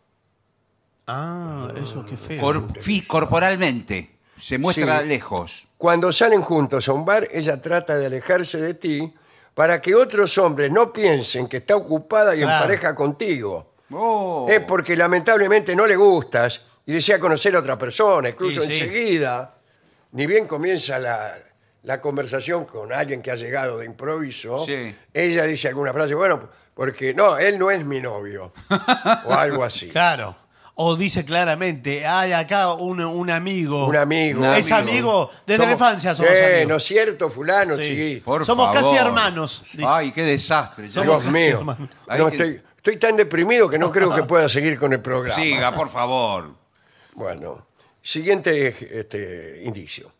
Speaker 2: Ah, eso qué feo.
Speaker 3: Cor- fi- corporalmente, se muestra
Speaker 1: Sí.
Speaker 3: lejos.
Speaker 1: Cuando salen juntos a un bar, ella trata de alejarse de ti para que otros hombres no piensen que está ocupada y en
Speaker 2: Claro.
Speaker 1: pareja contigo.
Speaker 3: Oh.
Speaker 1: Es porque lamentablemente no le gustas y desea conocer a otra persona, incluso
Speaker 2: Y sí.
Speaker 1: enseguida, ni bien comienza la, la conversación con alguien que ha llegado de improviso,
Speaker 3: Sí.
Speaker 1: ella dice alguna frase, bueno, porque no, él no es mi novio, o algo así.
Speaker 2: Claro. O dice claramente, hay acá un, un amigo.
Speaker 1: Un amigo.
Speaker 3: Un
Speaker 2: Es amigo, desde la infancia somos
Speaker 1: Eh,
Speaker 2: amigos.
Speaker 1: ¿No es cierto, fulano?
Speaker 2: Sí.
Speaker 1: Sí.
Speaker 3: Por
Speaker 2: Somos
Speaker 3: favor.
Speaker 2: casi hermanos, dice.
Speaker 3: Ay, qué desastre. Ya
Speaker 2: Somos
Speaker 1: Dios
Speaker 3: no-
Speaker 2: casi
Speaker 1: mío.
Speaker 2: hermanos.
Speaker 3: Hay
Speaker 1: No,
Speaker 3: que-
Speaker 1: estoy, estoy tan deprimido que no creo que pueda seguir con el programa.
Speaker 3: Siga, por favor.
Speaker 1: Bueno, siguiente este, indicio.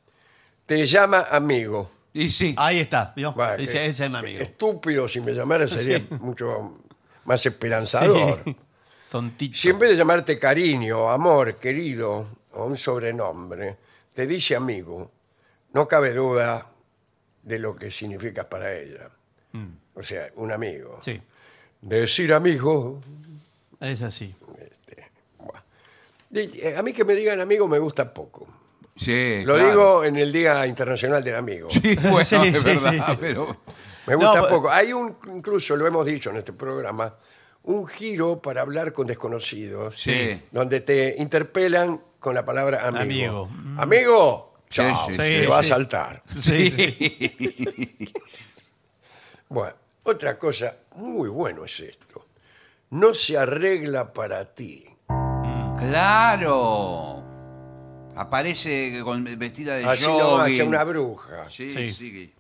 Speaker 1: Te llama amigo.
Speaker 3: Y sí.
Speaker 1: Ah,
Speaker 2: Ahí está, ¿vio?
Speaker 1: Va,
Speaker 2: Dice,
Speaker 1: que-
Speaker 2: ese es un amigo.
Speaker 1: Estúpido, si me llamara sería
Speaker 2: Sí.
Speaker 1: mucho más esperanzador.
Speaker 2: Sí. Tontito.
Speaker 1: Si en vez de llamarte cariño, amor, querido o un sobrenombre, te dice amigo, no cabe duda de lo que significas para ella. O sea, un amigo.
Speaker 2: Mm. Sí,
Speaker 1: Decir amigo.
Speaker 2: es así.
Speaker 1: di- eh, A mí que me digan amigo me gusta poco.
Speaker 3: Sí,
Speaker 1: Lo
Speaker 3: claro.
Speaker 1: digo en el Día Internacional del Amigo.
Speaker 3: Sí, bueno,
Speaker 2: Sí,
Speaker 3: es
Speaker 2: sí,
Speaker 3: verdad,
Speaker 2: sí.
Speaker 3: pero.
Speaker 1: Me gusta
Speaker 2: No, pues, pa-
Speaker 1: poco. Hay un, incluso lo hemos dicho en este programa, un giro para hablar con desconocidos.
Speaker 3: Sí.
Speaker 1: Donde te interpelan con la palabra amigo.
Speaker 2: Amigo.
Speaker 1: Amigo.
Speaker 2: Mm.
Speaker 1: Amigo.
Speaker 3: Sí,
Speaker 1: Chao,
Speaker 3: sí,
Speaker 1: te
Speaker 2: sí.
Speaker 1: va a
Speaker 2: Sí.
Speaker 1: saltar.
Speaker 2: Sí, sí.
Speaker 1: Bueno, otra cosa muy bueno es esto. No se arregla para ti.
Speaker 3: Claro. Aparece con vestida de
Speaker 1: Así no,
Speaker 3: jogging.
Speaker 1: hasta una bruja.
Speaker 3: Sí,
Speaker 2: Sí.
Speaker 3: sí.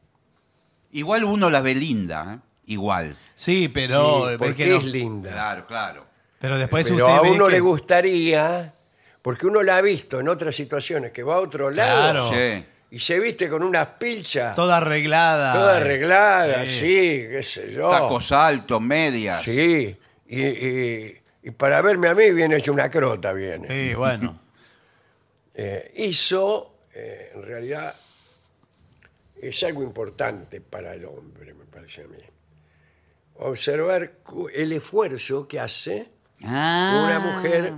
Speaker 3: Igual uno la ve linda, ¿eh? Igual.
Speaker 2: Sí, pero.
Speaker 1: Sí,
Speaker 2: ve
Speaker 1: porque
Speaker 2: que no.
Speaker 1: es linda.
Speaker 3: Claro, claro.
Speaker 2: Pero después
Speaker 1: Pero
Speaker 2: usted
Speaker 1: a
Speaker 2: ve
Speaker 1: uno
Speaker 2: que-
Speaker 1: le gustaría, porque uno la ha visto en otras situaciones, que va a otro lado
Speaker 2: Claro.
Speaker 3: Sí.
Speaker 1: y se viste con unas pilchas.
Speaker 2: Toda arreglada.
Speaker 1: Toda arreglada, sí,
Speaker 2: Sí.
Speaker 1: qué sé yo.
Speaker 3: Tacos altos, medias.
Speaker 1: Sí, y, y- y para verme a mí viene hecho una crota, viene.
Speaker 2: Sí, bueno.
Speaker 1: Eh, hizo, eh, en realidad, es algo importante para el hombre, me parece a mí. Observar cu- el esfuerzo que hace
Speaker 3: Ah,
Speaker 1: una mujer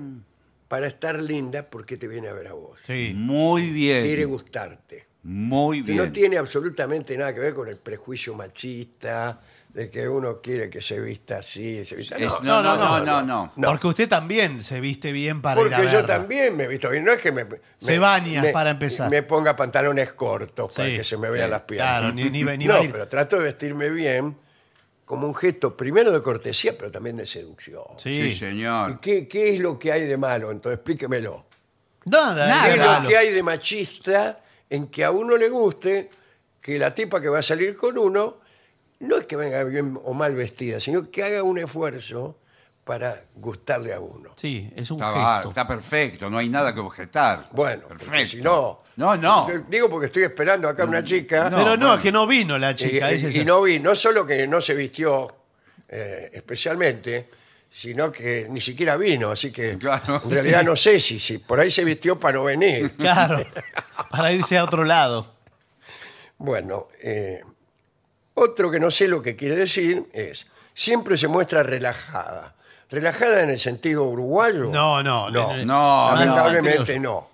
Speaker 1: para estar linda porque te viene a ver a vos.
Speaker 2: Sí.
Speaker 3: Muy
Speaker 1: Quiere
Speaker 3: bien.
Speaker 1: gustarte.
Speaker 3: Muy
Speaker 1: que
Speaker 3: bien.
Speaker 1: no tiene absolutamente nada que ver con el prejuicio machista de que uno quiere que se vista así, se vista
Speaker 3: Es-
Speaker 1: no,
Speaker 3: no, no, no, no, no,
Speaker 1: No.
Speaker 2: Porque usted también se viste bien para ir a
Speaker 1: porque yo
Speaker 2: verla.
Speaker 1: también me he visto bien. No es que me, me-
Speaker 2: Se baña,
Speaker 1: me-
Speaker 2: para empezar.
Speaker 1: Me ponga pantalones cortos para
Speaker 2: Sí.
Speaker 1: que se me vean
Speaker 3: Sí,
Speaker 1: las piernas.
Speaker 2: Claro, ni, ni, ni va
Speaker 1: no,
Speaker 2: a ir.
Speaker 1: pero trato de vestirme bien como un gesto primero de cortesía, pero también de seducción.
Speaker 3: Sí,
Speaker 2: Sí.
Speaker 1: ¿Y
Speaker 3: señor.
Speaker 1: qué, qué es lo que hay de malo? Entonces explíquemelo.
Speaker 2: Nada,
Speaker 1: ¿Qué es
Speaker 2: nada.
Speaker 1: lo que hay de machista en que a uno le guste que la tipa que va a salir con uno no es que venga bien o mal vestida, sino que haga un esfuerzo para gustarle a uno?
Speaker 2: Sí, es un
Speaker 3: Está, va-
Speaker 2: gesto.
Speaker 3: está perfecto, no hay nada que objetar.
Speaker 1: Bueno,
Speaker 3: perfecto.
Speaker 1: si no.
Speaker 3: No, no.
Speaker 1: yo Digo porque estoy esperando acá una chica.
Speaker 3: no,
Speaker 2: pero no,
Speaker 3: bueno.
Speaker 2: es que no vino la
Speaker 1: y-
Speaker 2: chica.
Speaker 1: y,
Speaker 2: es
Speaker 1: y
Speaker 2: esa.
Speaker 1: no vi, no solo que no se vistió eh, especialmente, sino que ni siquiera vino, así que
Speaker 3: Claro.
Speaker 1: en realidad no sé si, si por ahí se vistió para no venir.
Speaker 2: Claro, para irse a otro lado.
Speaker 1: Bueno, eh, otro que no sé lo que quiere decir es, siempre se muestra relajada. Relajada en el sentido uruguayo.
Speaker 2: No, no,
Speaker 1: no.
Speaker 2: no,
Speaker 3: no,
Speaker 1: lamentablemente no.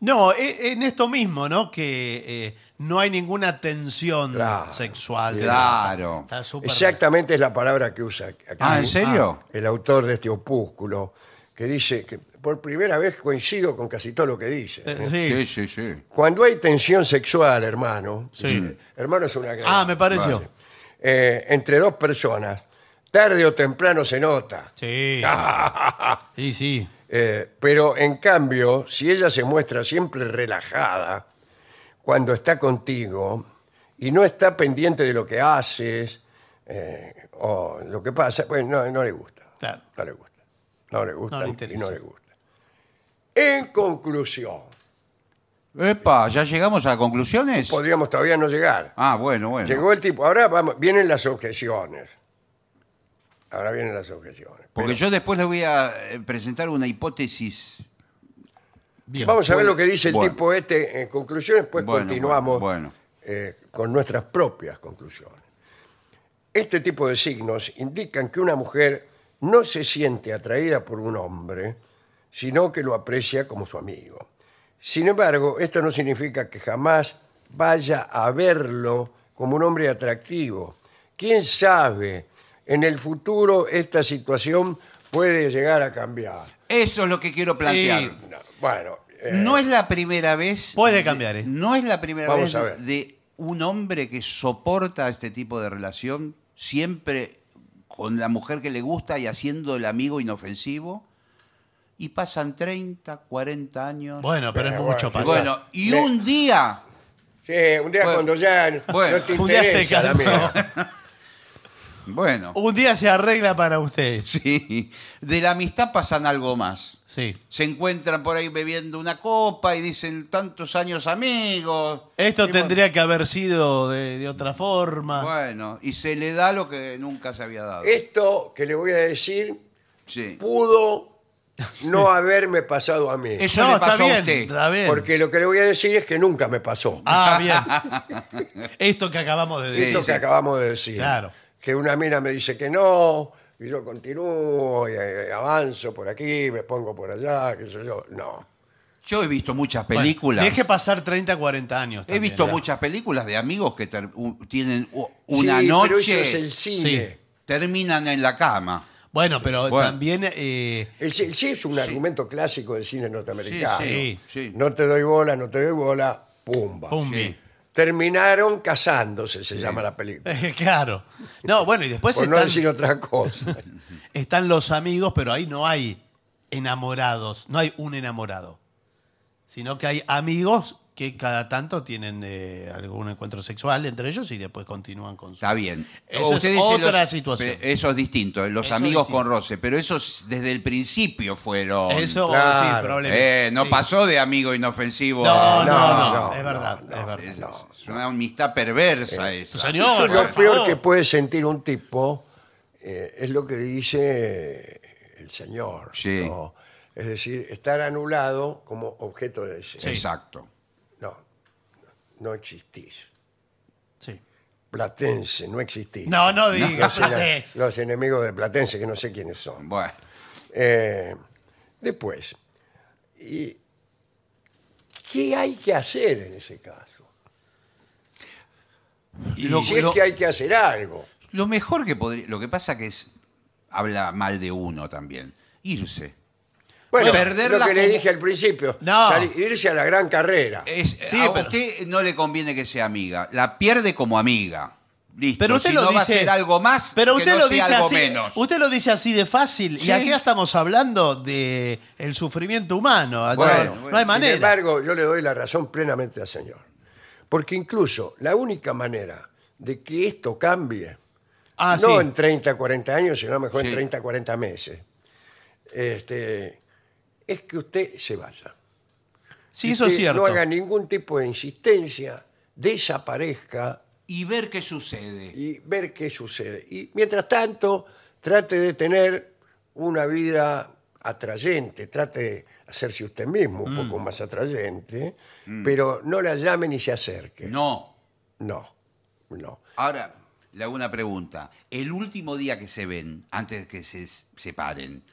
Speaker 2: No, e- en esto mismo, ¿no? Que eh, no hay ninguna tensión
Speaker 1: Claro,
Speaker 2: sexual. de-
Speaker 3: claro.
Speaker 2: Está, está súper-
Speaker 1: Exactamente es la palabra que usa aquí.
Speaker 3: Ah, ¿en serio?
Speaker 1: el autor de este opúsculo, que dice que por primera vez coincido con casi todo lo que dice.
Speaker 2: Eh,
Speaker 1: ¿eh?
Speaker 2: sí.
Speaker 3: Sí, sí, sí.
Speaker 1: Cuando hay tensión sexual, hermano,
Speaker 2: Sí.
Speaker 1: hermano es una gran-
Speaker 2: Ah, me Ah, pareció.
Speaker 1: eh, entre dos personas, tarde o temprano se nota.
Speaker 2: Sí.
Speaker 3: Ah.
Speaker 2: sí, sí.
Speaker 1: Eh, pero en cambio, si ella se muestra siempre relajada cuando está contigo y no está pendiente de lo que haces eh, o lo que pasa, pues no, no le gusta.
Speaker 2: Claro.
Speaker 1: No le gusta. No le gusta
Speaker 2: No le
Speaker 1: y
Speaker 2: interesa.
Speaker 1: no le gusta. En conclusión,
Speaker 3: Epa, ¿ya llegamos a conclusiones?
Speaker 1: podríamos todavía no llegar.
Speaker 3: Ah, bueno, bueno.
Speaker 1: Llegó el tipo. Ahora vamos, vienen las objeciones. Ahora vienen las objeciones.
Speaker 3: Porque yo después le voy a eh, presentar una hipótesis.
Speaker 2: Bien.
Speaker 1: Vamos a ver lo que dice el
Speaker 3: Bueno.
Speaker 1: tipo este en conclusiones, pues
Speaker 3: Bueno,
Speaker 1: continuamos
Speaker 3: bueno, bueno.
Speaker 1: eh, con nuestras propias conclusiones. Este tipo de signos indican que una mujer no se siente atraída por un hombre, sino que lo aprecia como su amigo. Sin embargo, esto no significa que jamás vaya a verlo como un hombre atractivo. ¿Quién sabe? En el futuro esta situación puede llegar a cambiar.
Speaker 3: Eso es lo que quiero plantear.
Speaker 2: Sí.
Speaker 1: No, bueno, eh,
Speaker 3: No es la primera vez.
Speaker 2: Puede cambiar, ¿eh?
Speaker 3: No es la primera
Speaker 1: Vamos
Speaker 3: vez
Speaker 1: a ver.
Speaker 3: de un hombre que soporta este tipo de relación, siempre con la mujer que le gusta y haciendo el amigo inofensivo. Y pasan 30, 40 años.
Speaker 2: Bueno, pero es
Speaker 1: Bueno,
Speaker 2: mucho
Speaker 1: bueno.
Speaker 2: pasar.
Speaker 3: Bueno, y
Speaker 1: Me-
Speaker 3: un día.
Speaker 1: Sí, un día
Speaker 3: Bueno.
Speaker 1: cuando ya n-
Speaker 3: Bueno.
Speaker 1: no te
Speaker 2: Un día se
Speaker 1: interesa la
Speaker 2: cansó.
Speaker 1: mía.
Speaker 3: Bueno,
Speaker 2: Un día se arregla para usted.
Speaker 3: sí. De la amistad pasan algo más.
Speaker 2: Sí.
Speaker 3: Se encuentran por ahí bebiendo una copa y dicen tantos años amigos.
Speaker 2: Esto
Speaker 3: Y
Speaker 2: tendría que haber sido de, de otra forma.
Speaker 3: Bueno, y se le da lo que nunca se había
Speaker 2: Eh,
Speaker 3: dado.
Speaker 1: Esto que le voy a decir
Speaker 3: Sí.
Speaker 1: pudo no haberme pasado a mí.
Speaker 3: Eso
Speaker 2: no,
Speaker 3: le pasó
Speaker 2: está bien,
Speaker 3: a usted.
Speaker 2: está bien.
Speaker 1: Porque lo que le voy a decir es que nunca me pasó.
Speaker 2: Ah, bien. Esto que acabamos de
Speaker 3: Sí,
Speaker 2: decir.
Speaker 1: Esto que acabamos de decir.
Speaker 2: Claro.
Speaker 1: Que una mina me dice que no, y yo continúo, y, eh, avanzo por aquí, me pongo por allá, qué sé yo. No.
Speaker 3: Yo he visto muchas
Speaker 2: Bueno,
Speaker 3: películas.
Speaker 2: Tienes que pasar 30, 40 años.
Speaker 3: he
Speaker 2: también, ¿eh?
Speaker 3: visto
Speaker 2: ¿verdad?
Speaker 3: muchas películas de amigos que ter- u- tienen u- una
Speaker 1: Sí, Pero eso
Speaker 3: noche,
Speaker 1: es el cine.
Speaker 2: Sí.
Speaker 3: terminan en la cama.
Speaker 2: Bueno, pero
Speaker 3: Bueno.
Speaker 2: también. eh,
Speaker 1: El ci- sí es un argumento clásico del cine norteamericano.
Speaker 3: Sí, sí, sí.
Speaker 1: No te doy bola, no te doy bola, pumba.
Speaker 2: Pumbi.
Speaker 1: Terminaron casándose, se llama la película.
Speaker 2: claro. Eh, No, bueno, y después
Speaker 3: Pues
Speaker 1: Por no
Speaker 2: están,
Speaker 1: decir otra cosa.
Speaker 2: están los amigos, pero ahí no hay enamorados. No hay un enamorado. Sino que hay amigos que cada tanto tienen eh, algún encuentro sexual entre ellos y después continúan con su.
Speaker 3: Está bien.
Speaker 2: Eso
Speaker 3: O
Speaker 2: es
Speaker 3: dice
Speaker 2: otra situación.
Speaker 3: pe- Eso es distinto, eh, los
Speaker 2: Eso es
Speaker 3: amigos
Speaker 2: distinto.
Speaker 3: con roce. Pero esos desde el principio fueron.
Speaker 2: Eso
Speaker 1: Claro.
Speaker 2: sí, problema.
Speaker 3: Eh, no
Speaker 2: Sí.
Speaker 3: pasó de amigo inofensivo.
Speaker 2: No, no,
Speaker 3: a-
Speaker 2: no,
Speaker 1: No, no,
Speaker 2: es verdad,
Speaker 1: no,
Speaker 2: es verdad.
Speaker 3: Es, es una amistad perversa
Speaker 1: Eh,
Speaker 3: esa.
Speaker 2: Señor,
Speaker 1: Eso es
Speaker 2: por
Speaker 1: lo peor
Speaker 2: favor.
Speaker 1: que puede sentir un tipo, eh, es lo que dice el señor.
Speaker 3: Sí.
Speaker 1: ¿no? Es decir, estar anulado como objeto de deseo.
Speaker 3: Exacto.
Speaker 1: No, no existís.
Speaker 2: Sí.
Speaker 1: Platense, no existís.
Speaker 2: No, no digas.
Speaker 1: Los, ena- los enemigos de Platense, que no sé quiénes son.
Speaker 3: Bueno,
Speaker 1: Eh, después, y- ¿qué hay que hacer en ese caso?
Speaker 3: Y lo-
Speaker 2: pues
Speaker 1: si es
Speaker 3: lo-
Speaker 1: que hay que hacer algo.
Speaker 3: Lo mejor que podría. Lo que pasa que es. Habla mal de uno también. Irse.
Speaker 1: Bueno,
Speaker 3: Perder
Speaker 1: lo
Speaker 3: la
Speaker 1: que le
Speaker 3: como-
Speaker 1: dije al principio,
Speaker 2: No. Eh,
Speaker 1: salir- irse a la gran carrera.
Speaker 3: Es-
Speaker 2: Sí,
Speaker 3: a
Speaker 2: pero-
Speaker 3: usted no le conviene que sea amiga. La pierde como amiga. Listo.
Speaker 2: Pero usted
Speaker 3: si
Speaker 2: lo
Speaker 3: no
Speaker 2: dice.
Speaker 3: va a ser algo más,
Speaker 2: pero usted
Speaker 3: que no
Speaker 2: lo
Speaker 3: sea
Speaker 2: dice
Speaker 3: algo
Speaker 2: así.
Speaker 3: menos.
Speaker 2: Usted lo dice así de fácil.
Speaker 3: Sí.
Speaker 2: Y aquí estamos hablando de el sufrimiento humano. No-
Speaker 3: Bueno,
Speaker 2: no,
Speaker 3: bueno.
Speaker 2: hay
Speaker 1: Sin
Speaker 2: manera.
Speaker 1: embargo, yo le doy la razón plenamente al señor. Porque incluso la única manera de que esto cambie,
Speaker 2: Ah,
Speaker 1: no
Speaker 2: sí.
Speaker 1: en 30, 40 años, sino mejor en
Speaker 3: Sí.
Speaker 1: 30, 40 meses, este, es que usted se vaya.
Speaker 2: Sí,
Speaker 1: Que
Speaker 2: eso es
Speaker 1: usted
Speaker 2: cierto.
Speaker 1: No haga ningún tipo de insistencia, desaparezca
Speaker 3: Y ver qué sucede.
Speaker 1: y ver qué sucede. Y mientras tanto, trate de tener una vida atrayente, trate de hacerse usted mismo un
Speaker 3: Mm.
Speaker 1: poco más atrayente, pero no la llame ni se acerque.
Speaker 3: No.
Speaker 1: No, no.
Speaker 3: Ahora, le hago una pregunta. El último día que se ven, antes de que se s- separen,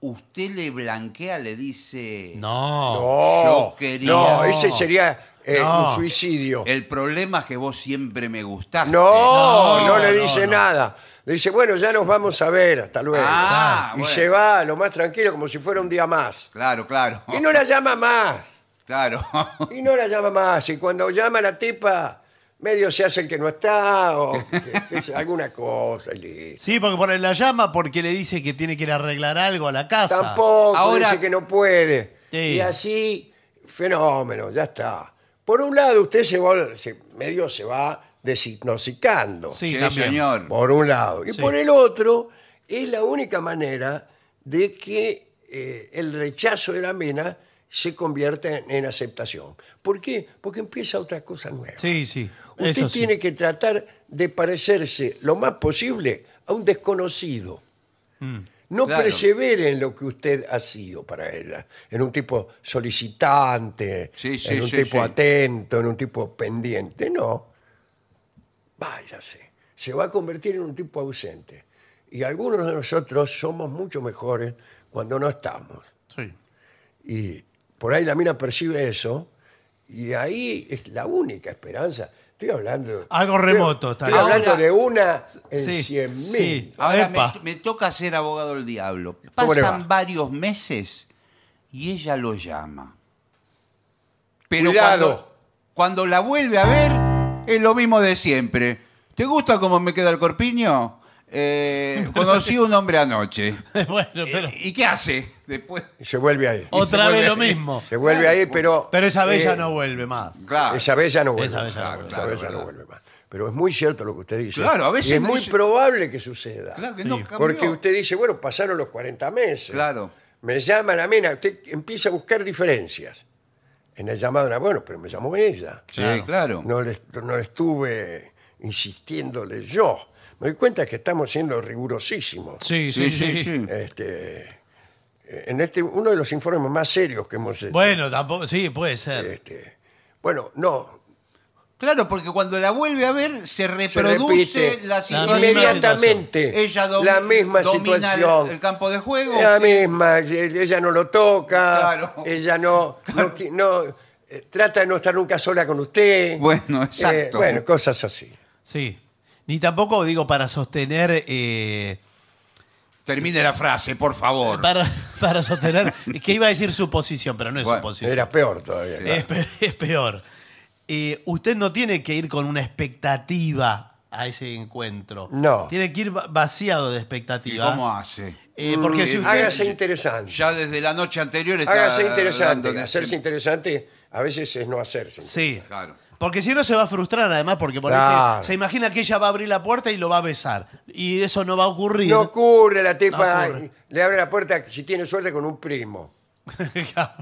Speaker 3: ¿usted le blanquea, le dice.
Speaker 2: No.
Speaker 1: No,
Speaker 3: yo quería-
Speaker 1: no, ese sería eh,
Speaker 2: No.
Speaker 1: un suicidio.
Speaker 3: El problema es que vos siempre me gustaste.
Speaker 1: No, no,
Speaker 2: No,
Speaker 1: le
Speaker 2: no,
Speaker 1: dice
Speaker 2: no.
Speaker 1: nada. Le dice, bueno, ya nos vamos a ver, hasta luego.
Speaker 3: Ah,
Speaker 1: y
Speaker 3: bueno.
Speaker 1: se va lo más tranquilo, como si fuera un día más.
Speaker 3: Claro, claro.
Speaker 1: Y no la llama más.
Speaker 3: Claro.
Speaker 1: Y no la llama más. Y cuando llama la tipa, medio se hace el que no está o que- que- alguna cosa. y listo.
Speaker 2: Sí, porque por la llama porque le dice que tiene que ir a arreglar algo a la casa.
Speaker 1: Tampoco,
Speaker 3: Ahora-
Speaker 1: dice que no puede.
Speaker 2: Sí.
Speaker 1: Y así, fenómeno, ya está. Por un lado, usted se va, se- medio se va designosticando.
Speaker 2: Sí,
Speaker 3: Sí,
Speaker 2: también.
Speaker 3: señor.
Speaker 1: Por un lado. Y
Speaker 2: Sí.
Speaker 1: por el otro, es la única manera de que eh, el rechazo de la mina se convierta en, en aceptación. ¿Por qué? Porque empieza otra cosa nueva.
Speaker 2: Sí, sí.
Speaker 1: Usted
Speaker 2: eso sí.
Speaker 1: tiene que tratar de parecerse lo más posible a un desconocido.
Speaker 2: Mm.
Speaker 1: No
Speaker 3: Claro.
Speaker 1: persevere en lo que usted ha sido para ella, en un tipo solicitante,
Speaker 3: Sí, sí,
Speaker 1: en un
Speaker 3: sí,
Speaker 1: tipo
Speaker 3: sí.
Speaker 1: atento, en un tipo pendiente. No, váyase. Se va a convertir en un tipo ausente. Y algunos de nosotros somos mucho mejores cuando no estamos.
Speaker 2: Sí.
Speaker 1: Y por ahí la mina percibe eso, y ahí es la única esperanza. Estoy hablando.
Speaker 2: Algo
Speaker 1: estoy-
Speaker 2: remoto, está
Speaker 1: Estoy,
Speaker 3: bien.
Speaker 1: hablando
Speaker 3: Ahora-
Speaker 1: de una en
Speaker 2: Sí,
Speaker 1: 100.000.
Speaker 2: sí.
Speaker 3: Ahora me,
Speaker 2: Epa.
Speaker 3: me toca ser abogado del diablo.
Speaker 1: ¿Cómo le va?
Speaker 3: Pasan varios meses y ella lo llama. Pero
Speaker 1: Cuidado.
Speaker 3: Cuando, cuando la vuelve a ver, es lo mismo de siempre. ¿Te gusta cómo me queda el corpiño? Eh, conocí a un hombre anoche.
Speaker 2: bueno, pero
Speaker 3: Eh, ¿Y qué hace después?
Speaker 1: Y se vuelve ahí.
Speaker 2: otra
Speaker 3: vuelve
Speaker 2: vez lo
Speaker 3: a-
Speaker 2: mismo.
Speaker 1: Se vuelve ahí, pero.
Speaker 2: Pero esa vez ya
Speaker 1: eh,
Speaker 2: no vuelve más.
Speaker 3: Claro.
Speaker 1: Esa vez ya no vuelve.
Speaker 2: Esa vez ya no
Speaker 1: más.
Speaker 2: vuelve.
Speaker 1: Esa
Speaker 3: Claro,
Speaker 1: vez ya no
Speaker 3: claro.
Speaker 1: vuelve más. Pero es muy cierto lo que usted dice.
Speaker 3: Claro, a veces
Speaker 1: Y es
Speaker 3: no
Speaker 1: muy
Speaker 3: es-
Speaker 1: probable que suceda.
Speaker 3: Claro que
Speaker 2: Sí.
Speaker 3: no cambió.
Speaker 1: Porque usted dice, bueno, pasaron los 40 meses.
Speaker 3: Claro.
Speaker 1: Me llama la mina, usted empieza a buscar diferencias. En el llamado, era, bueno, pero me llamó ella.
Speaker 3: Sí, claro.
Speaker 1: No le, no le estuve insistiéndole yo. Me doy cuenta que estamos siendo rigurosísimos.
Speaker 2: Sí,
Speaker 3: Sí, sí, sí.
Speaker 1: Este, en este, uno de los informes más serios que hemos hecho.
Speaker 2: Bueno, tampoco, sí, puede ser.
Speaker 1: Este, bueno, no.
Speaker 3: Claro, porque cuando la vuelve a ver, se
Speaker 1: Se
Speaker 3: reproduce
Speaker 1: repite
Speaker 3: la situación.
Speaker 1: inmediatamente.
Speaker 3: Ella domi-
Speaker 1: la misma
Speaker 3: domina el-
Speaker 1: situación.
Speaker 3: el campo de juego.
Speaker 1: La misma. e-, Ella no lo toca.
Speaker 3: Claro.
Speaker 1: Ella no. no qui- no, eh, trata de no estar nunca sola con usted.
Speaker 3: Bueno,
Speaker 1: Eh,
Speaker 3: exacto.
Speaker 1: bueno, cosas así.
Speaker 2: Sí. Ni tampoco, digo, para sostener. eh,
Speaker 3: Termine la frase, por favor.
Speaker 2: para, para sostener. que iba a decir su posición, pero no es su
Speaker 3: Bueno,
Speaker 2: posición.
Speaker 1: Era peor todavía. claro.
Speaker 2: Es, pe- es peor. Eh, usted no tiene que ir con una expectativa a ese encuentro.
Speaker 1: No.
Speaker 2: Tiene que ir va- vaciado de
Speaker 3: ¿Y
Speaker 2: expectativa.
Speaker 3: cómo hace?
Speaker 2: Eh, porque si usted-
Speaker 1: Mm, Hágase interesante.
Speaker 3: Ya desde la noche anterior está
Speaker 1: Hágase interesante.
Speaker 3: dándole
Speaker 1: Hacerse
Speaker 3: así.
Speaker 1: interesante a veces es no hacerse.
Speaker 2: Sí.
Speaker 3: Claro.
Speaker 2: Porque si no se va a frustrar, además, porque por
Speaker 1: Claro.
Speaker 2: ahí se, se imagina que ella va a abrir la puerta y lo va a besar. Y eso no va a ocurrir.
Speaker 1: No ocurre, la tipa
Speaker 2: No ocurre.
Speaker 1: le abre la puerta, si tiene suerte, con un primo,
Speaker 2: Claro.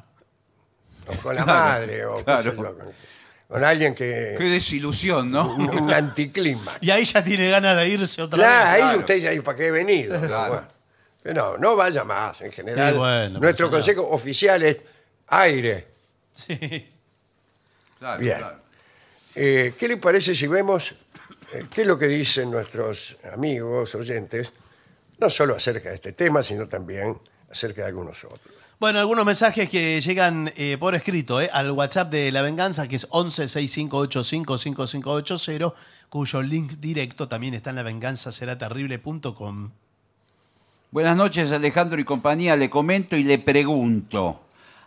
Speaker 1: o con la madre, o qué sé
Speaker 3: claro.
Speaker 1: yo, con, con alguien
Speaker 3: Qué
Speaker 1: que...
Speaker 3: desilusión, ¿no?
Speaker 1: Un, un anticlima.
Speaker 2: y ahí ya tiene ganas de irse otra
Speaker 1: Claro, ahí
Speaker 3: claro.
Speaker 1: usted ya dice, ¿para qué he venido?
Speaker 3: Claro.
Speaker 1: Bueno, que no, no vaya más, en general.
Speaker 2: Y bueno,
Speaker 1: nuestro
Speaker 2: pues,
Speaker 1: consejo oficial es aire.
Speaker 2: vez. Sí.
Speaker 3: Claro,
Speaker 1: Bien.
Speaker 3: claro.
Speaker 1: Eh, ¿Qué le parece si vemos eh, qué es lo que dicen nuestros amigos, oyentes, no solo acerca de este tema, sino también acerca de algunos otros?
Speaker 2: Bueno, algunos mensajes que llegan eh, por escrito eh, al WhatsApp de La Venganza, que es 1165855580, cuyo link directo también está en lavenganzaseraterrible.com.
Speaker 3: Buenas noches, Alejandro y compañía. Le comento y le pregunto.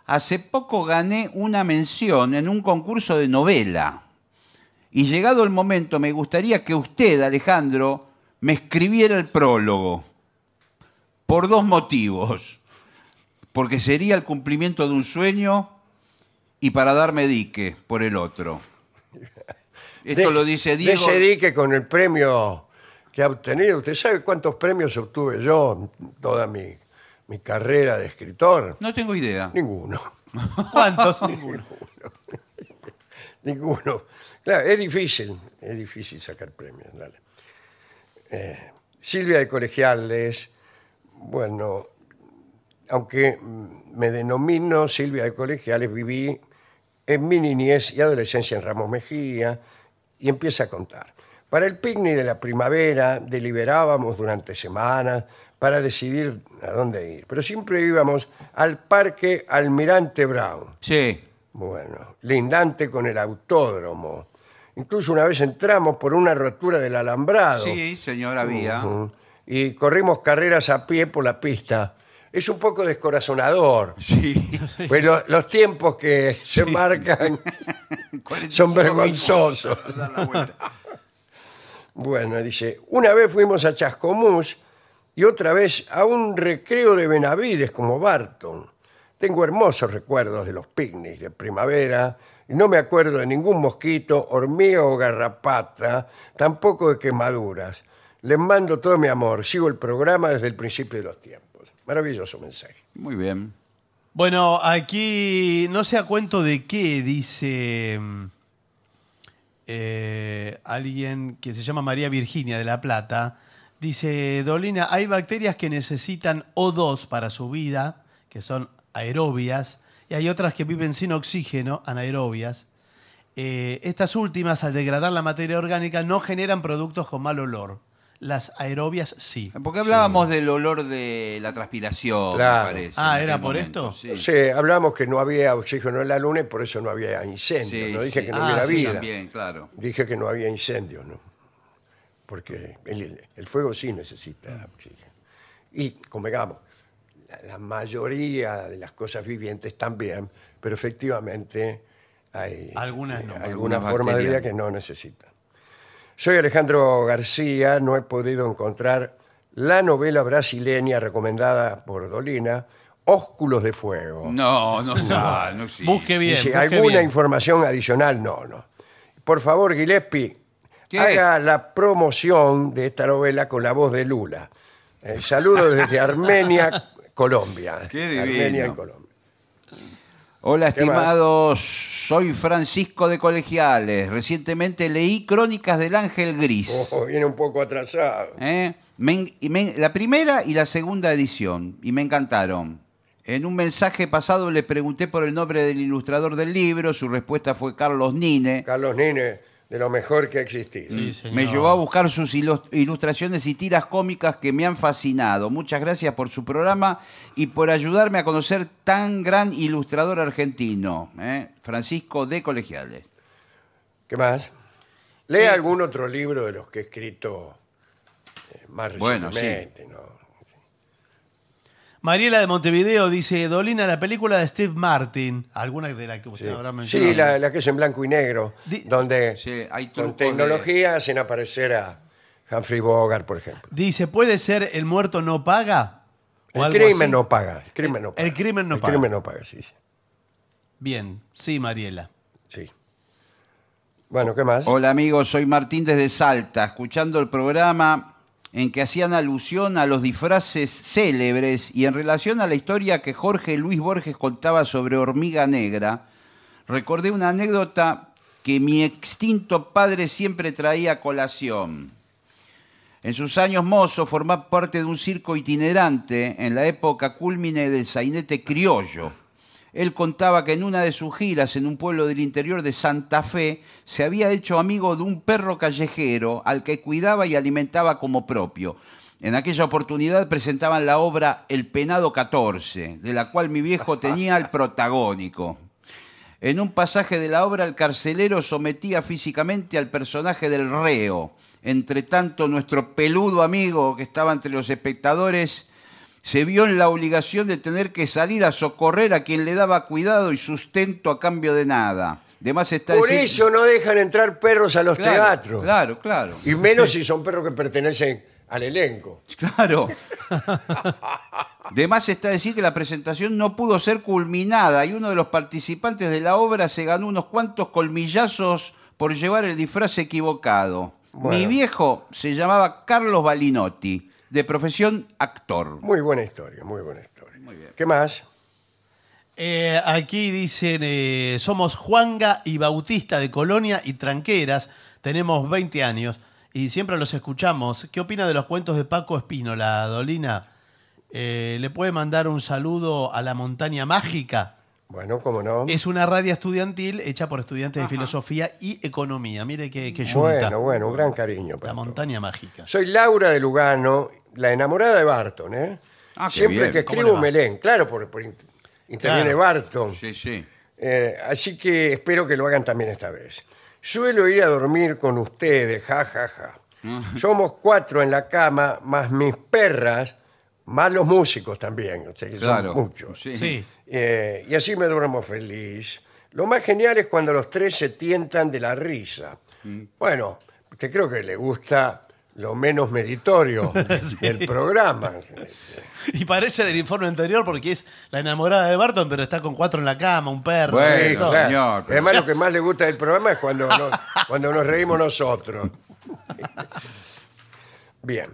Speaker 3: Hace poco gané una mención en un concurso de novela. Y llegado el momento, me gustaría que usted, Alejandro, me escribiera el prólogo. Por dos motivos. Porque sería el cumplimiento de un sueño y para darme dique por el otro. Esto
Speaker 1: De-
Speaker 3: lo dice Diego.
Speaker 1: De ese dique con el premio que ha obtenido. ¿Usted sabe cuántos premios obtuve yo en toda mi, mi carrera de escritor?
Speaker 3: No tengo idea.
Speaker 1: Ninguno.
Speaker 2: ¿Cuántos?
Speaker 1: Ninguno. Claro, es difícil. Es difícil sacar premios. dale. Eh, Silvia de Colegiales. Bueno, aunque mm, me denomino Silvia de Colegiales, viví en mi niñez y adolescencia en Ramos Mejía y empieza a contar. Para el picnic de la primavera deliberábamos durante semanas para decidir a dónde ir, pero siempre íbamos al Parque Almirante Brown,
Speaker 3: Sí.
Speaker 1: bueno, lindante con el autódromo. Incluso una vez entramos por una rotura del alambrado.
Speaker 3: Sí, ah. señora Vía.
Speaker 1: Ujú. Y corrimos carreras a pie por la pista. Es un poco descorazonador.
Speaker 3: Sí.
Speaker 1: Pues lo- los tiempos que se marcan Son vergonzosos.
Speaker 3: Dar la vuelta.
Speaker 1: Bueno, dice, una vez fuimos a Chascomús y otra vez a un recreo de Benavides como Barton. Tengo hermosos recuerdos de los picnics de primavera y no me acuerdo de ningún mosquito, hormiga o garrapata, tampoco de quemaduras. Les mando todo mi amor, sigo el programa desde el principio de los tiempos. Maravilloso mensaje.
Speaker 3: Muy bien.
Speaker 2: Bueno, aquí no sé a cuento de qué dice mm, eh, alguien que se llama María Virginia de La Plata. Dice, Dolina, hay bacterias que necesitan O2 para su vida, que son aerobias, y hay otras que viven sin oxígeno, anaerobias. Eh, estas últimas, al degradar la materia orgánica, no generan productos con mal olor. Las aerobias sí.
Speaker 3: Porque hablábamos del olor de la transpiración,
Speaker 1: Claro.
Speaker 3: me parece.
Speaker 2: Ah,
Speaker 3: en
Speaker 2: ¿era
Speaker 3: aquel
Speaker 2: por
Speaker 3: momento,
Speaker 2: esto?
Speaker 3: Sí.
Speaker 1: Sí, hablamos que no había oxígeno en la luna y por eso no había incendios.
Speaker 3: Sí,
Speaker 1: no dije
Speaker 3: sí.
Speaker 1: que no
Speaker 2: Ah,
Speaker 1: hubiera
Speaker 2: sí,
Speaker 1: vida.
Speaker 3: También, claro.
Speaker 1: Dije que no había incendios, ¿no? Porque el, el fuego sí necesita oxígeno. Y, convengamos, la, la mayoría de las cosas vivientes también, pero efectivamente hay eh,
Speaker 2: Algunas no,
Speaker 1: alguna
Speaker 3: algunas
Speaker 1: forma de vida
Speaker 3: bacterias.
Speaker 1: que no necesitan. Soy Alejandro García, no he podido encontrar la novela brasileña recomendada por Dolina, Ósculos de Fuego.
Speaker 3: No, no está, no existe.
Speaker 2: Busque bien.
Speaker 1: Dice,
Speaker 2: busque
Speaker 1: ¿Alguna
Speaker 2: bien.
Speaker 1: información adicional? No, no. Por favor, Gillespie,
Speaker 3: ¿Qué?
Speaker 1: haga la promoción de esta novela con la voz de Lula. Eh, saludos desde Armenia, Colombia.
Speaker 3: Qué divino.
Speaker 1: Armenia, en Colombia.
Speaker 3: Hola,
Speaker 1: ¿Qué más?
Speaker 3: estimados. Soy Francisco de Colegiales. Recientemente leí Crónicas del Ángel Gris.
Speaker 1: Ojo, viene un poco atrasado.
Speaker 3: ¿eh? Me en- y me- la primera y la segunda edición, y me encantaron. En un mensaje pasado le pregunté por el nombre del ilustrador del libro, su respuesta fue Carlos Nine.
Speaker 1: Carlos Nine, de lo mejor que ha existido.
Speaker 2: Sí, señor.
Speaker 3: Me llevó a buscar sus ilus- ilustraciones y tiras cómicas que me han fascinado. Muchas gracias por su programa y por ayudarme a conocer tan gran ilustrador argentino, ¿eh? Francisco de Colegiales.
Speaker 1: ¿Qué más? Lea algún otro libro de los que he escrito eh, más
Speaker 3: Bueno, sí.
Speaker 1: recientemente. ¿no?
Speaker 2: Mariela de Montevideo dice, Dolina, la película de Steve Martin, alguna de las que usted
Speaker 1: Sí,
Speaker 2: habrá mencionado.
Speaker 1: Sí, la, la que es en blanco y negro,
Speaker 2: Di-
Speaker 1: donde
Speaker 3: Sí, hay
Speaker 1: con
Speaker 3: trucos de-
Speaker 1: tecnología hacen aparecer a Humphrey Bogart, por ejemplo.
Speaker 2: Dice, ¿puede ser el muerto no paga? O
Speaker 1: El
Speaker 2: algo
Speaker 1: crimen
Speaker 2: así.
Speaker 1: no paga. El crimen no paga.
Speaker 2: el crimen no
Speaker 1: El
Speaker 2: paga.
Speaker 1: crimen no paga, sí, sí,
Speaker 2: Bien, sí, Mariela.
Speaker 1: sí. Bueno, ¿qué más?
Speaker 3: Hola amigos, soy Martín desde Salta, escuchando el programa en que hacían alusión a los disfraces célebres y en relación a la historia que Jorge Luis Borges contaba sobre Hormiga Negra, recordé una anécdota que mi extinto padre siempre traía a colación. En sus años mozos formaba parte de un circo itinerante en la época cúlmine del sainete criollo. Él contaba que en una de sus giras en un pueblo del interior de Santa Fe se había hecho amigo de un perro callejero al que cuidaba y alimentaba como propio. En aquella oportunidad presentaban la obra El Penado 14, de la cual mi viejo tenía el protagónico. En un pasaje de la obra, el carcelero sometía físicamente al personaje del reo. Entre tanto, nuestro peludo amigo que estaba entre los espectadores se vio en la obligación de tener que salir a socorrer a quien le daba cuidado y sustento a cambio de nada. Además está
Speaker 1: por
Speaker 3: decir-
Speaker 1: eso no dejan entrar perros a los
Speaker 3: Claro,
Speaker 1: teatros.
Speaker 3: Claro, claro.
Speaker 1: Y menos si son perros que pertenecen al elenco.
Speaker 3: Claro. De más está decir que la presentación no pudo ser culminada y uno de los participantes de la obra se ganó unos cuantos colmillazos por llevar el disfraz equivocado.
Speaker 1: Bueno.
Speaker 3: Mi viejo se llamaba Carlos Balinotti, de profesión actor.
Speaker 1: Muy buena historia, muy buena historia. ¿Qué más?
Speaker 2: Eh, aquí dicen, eh, somos Juanga y Bautista de Colonia y Tranqueras, tenemos 20 años y siempre los escuchamos. ¿Qué opina de los cuentos de Paco Espínola, Dolina? Eh, ¿Le puede mandar un saludo a la montaña mágica?
Speaker 1: Bueno, cómo no.
Speaker 2: Es una radio estudiantil hecha por estudiantes de filosofía y economía. Mire qué, qué yunta.
Speaker 1: bueno, bueno, un gran cariño. para
Speaker 2: La
Speaker 1: todos.
Speaker 2: montaña mágica.
Speaker 1: Soy Laura de Lugano, la enamorada de Barton, ¿eh?
Speaker 3: Ah, qué
Speaker 1: Siempre
Speaker 3: bien.
Speaker 1: que
Speaker 2: ¿Cómo
Speaker 1: escribo
Speaker 2: le
Speaker 1: me
Speaker 2: va?
Speaker 1: leen, claro, por, por in- interviene
Speaker 2: Claro.
Speaker 1: Barton.
Speaker 3: Sí, sí.
Speaker 1: Eh, así que espero que lo hagan también esta vez. Suelo ir a dormir con ustedes, ja, ja, ja. Somos cuatro en la cama, más mis perras, más los músicos también, o sea que son
Speaker 3: Claro.
Speaker 1: muchos.
Speaker 3: Sí.
Speaker 2: Sí.
Speaker 1: Eh, y así me duermo feliz. Lo más genial es cuando los tres se tientan de la risa.
Speaker 3: Mm.
Speaker 1: Bueno, te creo que le gusta lo menos meritorio del programa.
Speaker 2: Y parece del informe anterior porque es la enamorada de Barton, pero está con cuatro en la cama, un perro.
Speaker 3: Bueno,
Speaker 2: y todo.
Speaker 3: claro. señor, pero-
Speaker 1: Además, lo que más le gusta del programa es cuando nos, cuando nos reímos nosotros. Bien.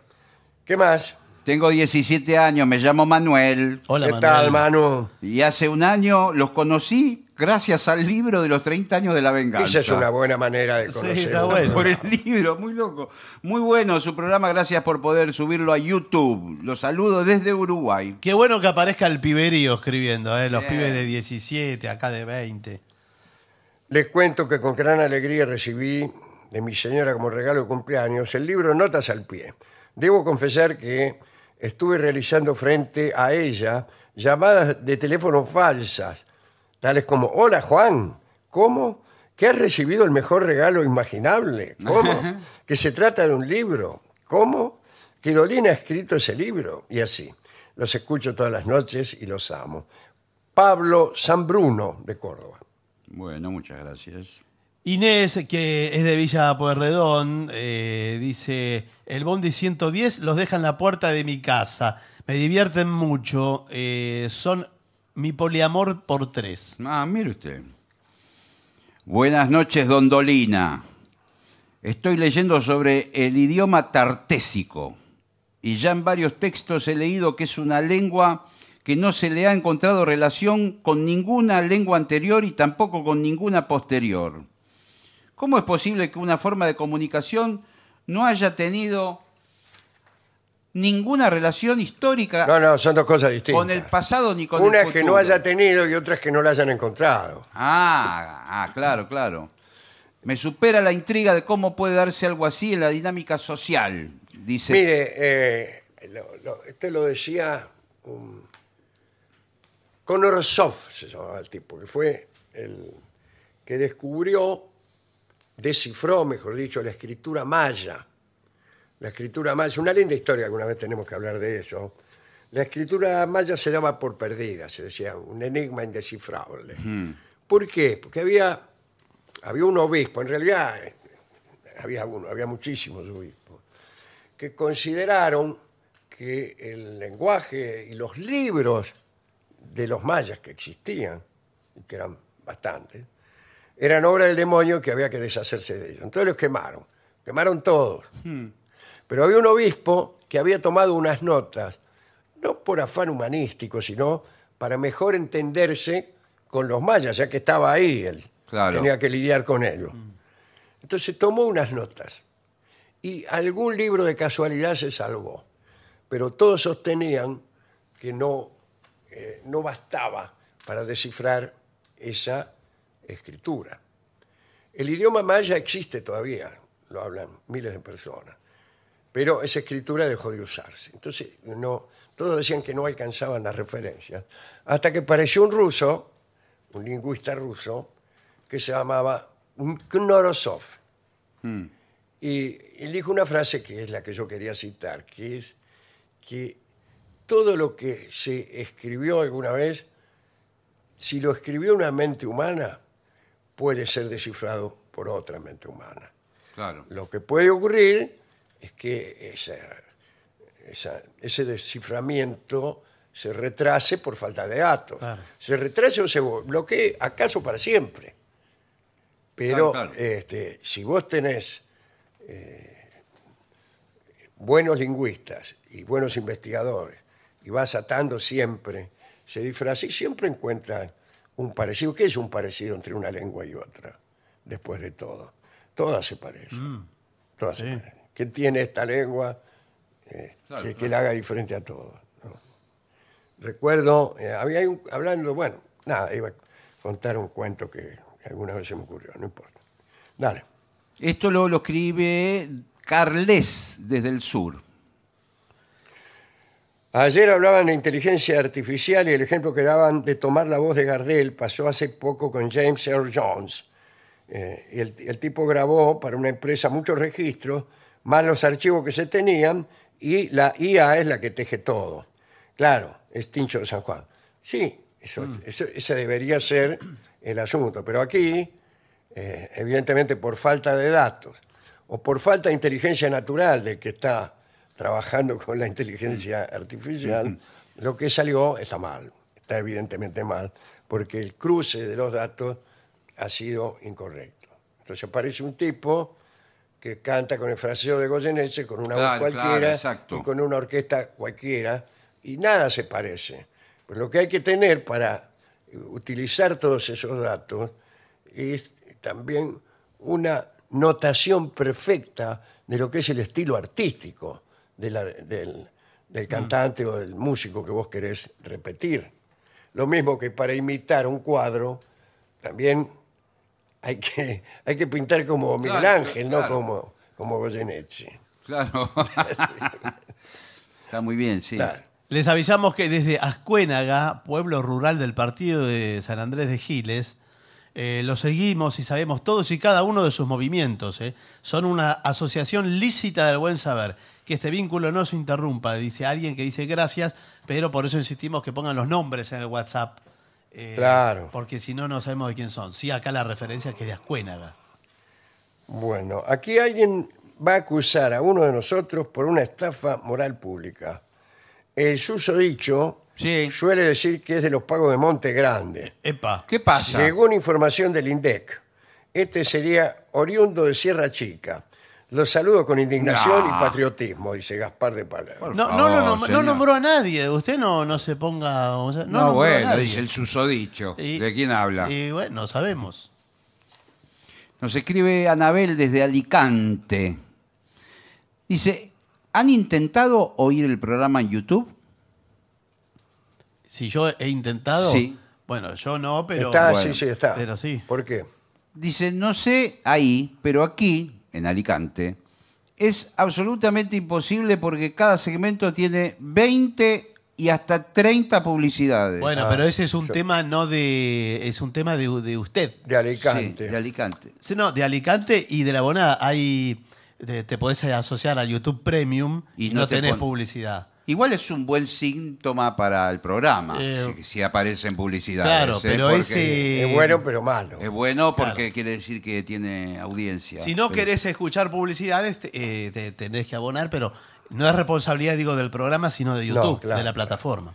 Speaker 1: ¿Qué más?
Speaker 3: Tengo 17 años, me llamo Manuel.
Speaker 2: Hola,
Speaker 1: ¿Qué
Speaker 2: Manuel.
Speaker 1: tal, Manu?
Speaker 3: Y hace un año los conocí gracias al libro de los 30 años de la venganza.
Speaker 1: Esa es una buena manera de conocer.
Speaker 2: está
Speaker 1: un
Speaker 2: bueno.
Speaker 3: Por el libro, muy loco. Muy bueno su programa, gracias por poder subirlo a YouTube. Los saludo desde Uruguay.
Speaker 2: Qué bueno que aparezca el piberío escribiendo, ¿eh? los
Speaker 3: Bien.
Speaker 2: pibes de 17, acá de 20.
Speaker 1: Les cuento que con gran alegría recibí de mi señora como regalo de cumpleaños el libro Notas al pie. Debo confesar que estuve realizando frente a ella llamadas de teléfono falsas, tales como, hola Juan, ¿cómo? ¿Que has recibido el mejor regalo imaginable? ¿Cómo? ¿Que se trata de un libro? ¿Cómo? ¿Que Dolina ha escrito ese libro? Y así. Los escucho todas las noches y los amo. Pablo San Bruno, de Córdoba.
Speaker 3: Bueno, muchas gracias.
Speaker 2: Inés, que es de Villa Pueyrredón, eh, dice, el Bondi 110 los deja en la puerta de mi casa. Me divierten mucho. eh, son mi poliamor por tres.
Speaker 3: Ah, mire usted. Buenas noches, don Dolina. Estoy leyendo sobre el idioma tartésico y ya en varios textos he leído que es una lengua que no se le ha encontrado relación con ninguna lengua anterior y tampoco con ninguna posterior. ¿Cómo es posible que una forma de comunicación no haya tenido ninguna relación histórica
Speaker 1: No, no, son dos cosas distintas.
Speaker 3: con el pasado ni con
Speaker 1: Una
Speaker 3: el
Speaker 1: es que no
Speaker 3: futuro?
Speaker 1: haya tenido y otra es que no la hayan encontrado.
Speaker 3: Ah, ah, claro, claro. Me supera la intriga de cómo puede darse algo así en la dinámica social, dice.
Speaker 1: Mire, eh, lo- lo- este lo decía un- Konorosov, se llamaba el tipo, que fue el que descubrió, descifró, mejor dicho, la escritura maya. La escritura maya, una linda historia, alguna vez tenemos que hablar de eso. La escritura maya se daba por perdida, se decía, un enigma indescifrable. ¿Por qué? Porque había, había un obispo, en realidad eh, había uno, había muchísimos obispos que consideraron que el lenguaje y los libros de los mayas que existían, y que eran bastantes, eran obra del demonio y que había que deshacerse de ellos. Entonces los quemaron, quemaron todos. Pero había un obispo que había tomado unas notas, no por afán humanístico, sino para mejor entenderse con los mayas, ya que estaba ahí él,
Speaker 3: Claro.
Speaker 1: tenía que lidiar con ellos. Entonces tomó unas notas y algún libro de casualidad se salvó. Pero todos sostenían que no, eh, no bastaba para descifrar esa escritura. El idioma maya existe todavía, lo hablan miles de personas, pero esa escritura dejó de usarse. Entonces, no, todos decían que no alcanzaban las referencias, hasta que apareció un ruso, un lingüista ruso, que se llamaba Knorosov y él dijo una frase que es la que yo quería citar, que es que todo lo que se escribió alguna vez, si lo escribió una mente humana, puede ser descifrado por otra mente humana.
Speaker 3: Claro.
Speaker 1: Lo que puede ocurrir es que esa- esa- ese desciframiento se retrase por falta de datos.
Speaker 2: Claro.
Speaker 1: Se retrase o se bloquee, acaso para siempre. Pero
Speaker 3: Claro, claro.
Speaker 1: este, si vos tenés eh, buenos lingüistas y buenos investigadores y vas atando siempre, se disfraza y siempre encuentran un parecido. ¿Qué es un parecido entre una lengua y otra? Después de todo. Todas se parecen.
Speaker 3: Mm.
Speaker 1: Todas se
Speaker 2: sí.
Speaker 1: parecen. ¿Qué tiene esta lengua eh,
Speaker 3: Claro,
Speaker 1: que, que la haga diferente a todos? no? Recuerdo, eh, había un- hablando, bueno, nada, iba a contar un cuento que alguna vez se me ocurrió, no importa. Dale.
Speaker 3: Esto lo, lo escribe Carles desde el sur.
Speaker 1: Ayer hablaban de inteligencia artificial y el ejemplo que daban de tomar la voz de Gardel pasó hace poco con James Earl Jones. Eh, y el, el tipo grabó para una empresa muchos registros, más los archivos que se tenían, y la IA es la que teje todo. Claro, es Tincho de San Juan. Sí, eso, eso- ese debería ser el asunto. Pero aquí, eh, evidentemente por falta de datos o por falta de inteligencia natural del que está trabajando con la inteligencia artificial, lo que salió está mal, está evidentemente mal, porque el cruce de los datos ha sido incorrecto. Entonces aparece un tipo que canta con el fraseo de Goyeneche, con una
Speaker 3: Claro,
Speaker 1: voz
Speaker 3: claro,
Speaker 1: cualquiera
Speaker 3: exacto.
Speaker 1: y con una orquesta cualquiera, y nada se parece. Pero lo que hay que tener para utilizar todos esos datos es también una notación perfecta de lo que es el estilo artístico de la- del, del
Speaker 3: Mm.
Speaker 1: cantante o del músico que vos querés repetir. Lo mismo que para imitar un cuadro, también hay que, hay que pintar como Miguel
Speaker 3: Claro,
Speaker 1: Ángel,
Speaker 3: claro.
Speaker 1: no como, como Goyeneche.
Speaker 3: Claro. Está muy bien, sí.
Speaker 1: Claro.
Speaker 2: Les avisamos que desde Ascuénaga, pueblo rural del partido de San Andrés de Giles, eh, lo seguimos y sabemos todos y cada uno de sus movimientos. eh. Son una asociación lícita del buen saber. Que este vínculo no se interrumpa, dice alguien que dice gracias, pero por eso insistimos que pongan los nombres en el WhatsApp. eh,
Speaker 1: Claro.
Speaker 2: Porque si no, no sabemos de quién son. Sí, acá la referencia que es de Ascuénaga.
Speaker 1: Bueno, aquí alguien va a acusar a uno de nosotros por una estafa moral pública. El susodicho
Speaker 3: Sí.
Speaker 1: suele decir que es de los pagos de Monte Grande.
Speaker 2: Epa.
Speaker 3: ¿Qué pasa?
Speaker 1: Según información del INDEC, este sería oriundo de Sierra Chica. Los saludo con indignación
Speaker 3: Nah.
Speaker 1: y patriotismo, dice Gaspar de Palermo.
Speaker 3: Por
Speaker 2: No, no,
Speaker 3: favor,
Speaker 2: lo nom- no
Speaker 3: señor.
Speaker 2: nombró a nadie. Usted no, no se ponga. o sea, no,
Speaker 3: No,
Speaker 2: nombró a
Speaker 3: bueno,
Speaker 2: nadie.
Speaker 3: dice el susodicho.
Speaker 2: Y-
Speaker 3: ¿De quién habla?
Speaker 2: Y bueno, sabemos.
Speaker 3: Nos escribe Anabel desde Alicante. Dice, ¿han intentado oír el programa en YouTube?
Speaker 2: Si yo he intentado.
Speaker 3: Sí.
Speaker 2: Bueno, yo no, pero.
Speaker 1: está,
Speaker 3: bueno,
Speaker 1: sí, sí, está.
Speaker 2: pero sí.
Speaker 1: ¿Por qué?
Speaker 3: Dice, no sé ahí, pero aquí, en Alicante, es absolutamente imposible porque cada segmento tiene 20 y hasta 30 publicidades.
Speaker 2: Bueno,
Speaker 1: Ah,
Speaker 2: pero ese es un
Speaker 1: yo-
Speaker 2: tema no de. Es un tema de, de usted.
Speaker 1: De
Speaker 3: Sí,
Speaker 1: Alicante.
Speaker 3: de Alicante.
Speaker 2: Sí, no, de Alicante y de la Bonada. Hay. Te, te podés asociar al YouTube Premium
Speaker 3: Y
Speaker 2: y,
Speaker 3: no
Speaker 2: no,
Speaker 3: te
Speaker 2: tenés
Speaker 3: pon-
Speaker 2: publicidad.
Speaker 3: Igual es un buen síntoma para el programa,
Speaker 2: Eh,
Speaker 3: si, si aparecen publicidades.
Speaker 2: claro,
Speaker 3: ¿eh?
Speaker 2: pero
Speaker 3: Porque
Speaker 2: ese-
Speaker 1: es bueno, pero malo.
Speaker 3: Es bueno porque quiere decir que tiene audiencia.
Speaker 2: Si no
Speaker 3: Pero-
Speaker 2: querés escuchar publicidades, te, eh, te tenés que abonar, pero no es responsabilidad, digo, del programa, sino de
Speaker 1: No,
Speaker 2: YouTube,
Speaker 1: claro,
Speaker 2: de la
Speaker 1: claro.
Speaker 2: plataforma.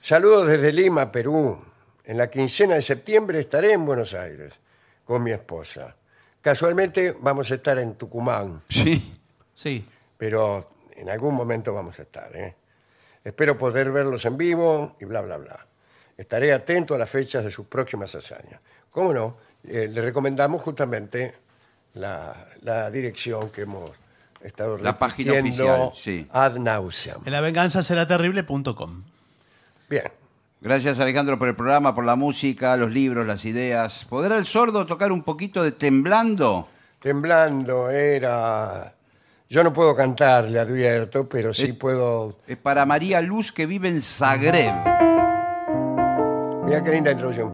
Speaker 1: Saludos desde Lima, Perú. En la quincena de septiembre estaré en Buenos Aires con mi esposa. Casualmente vamos a estar en Tucumán,
Speaker 3: Sí.
Speaker 2: Sí.
Speaker 1: pero en algún momento vamos a estar. ¿eh? Espero poder verlos en vivo y bla, bla, bla. Estaré atento a las fechas de sus próximas hazañas. ¿Cómo no? Eh, le recomendamos justamente la, la dirección que hemos estado
Speaker 3: La página
Speaker 1: repitiendo
Speaker 3: oficial, sí.
Speaker 1: ad nauseam.
Speaker 2: En la venganza será terrible.com.
Speaker 1: Bien.
Speaker 3: Gracias Alejandro por el programa, por la música, los libros, las ideas. ¿Podrá el sordo tocar un poquito de temblando?
Speaker 1: Temblando era. Yo no puedo cantar, le advierto, pero sí
Speaker 3: Es-
Speaker 1: puedo.
Speaker 3: Es para María Luz que vive en Zagreb.
Speaker 1: Mira qué linda introducción.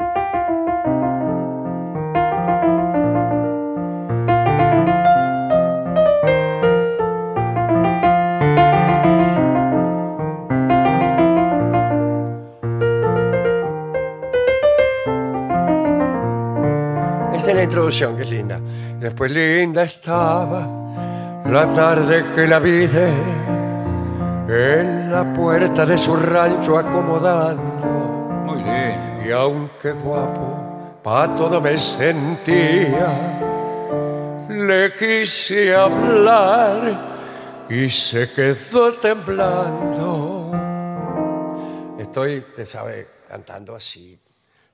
Speaker 1: Esta es la introducción, que es linda. Después linda estaba la tarde que la vide en la puerta de su rancho acomodando.
Speaker 3: Muy bien.
Speaker 1: Y aunque guapo, pa' todo me sentía. Le quise hablar y se quedó temblando. Estoy, te sabe, cantando así,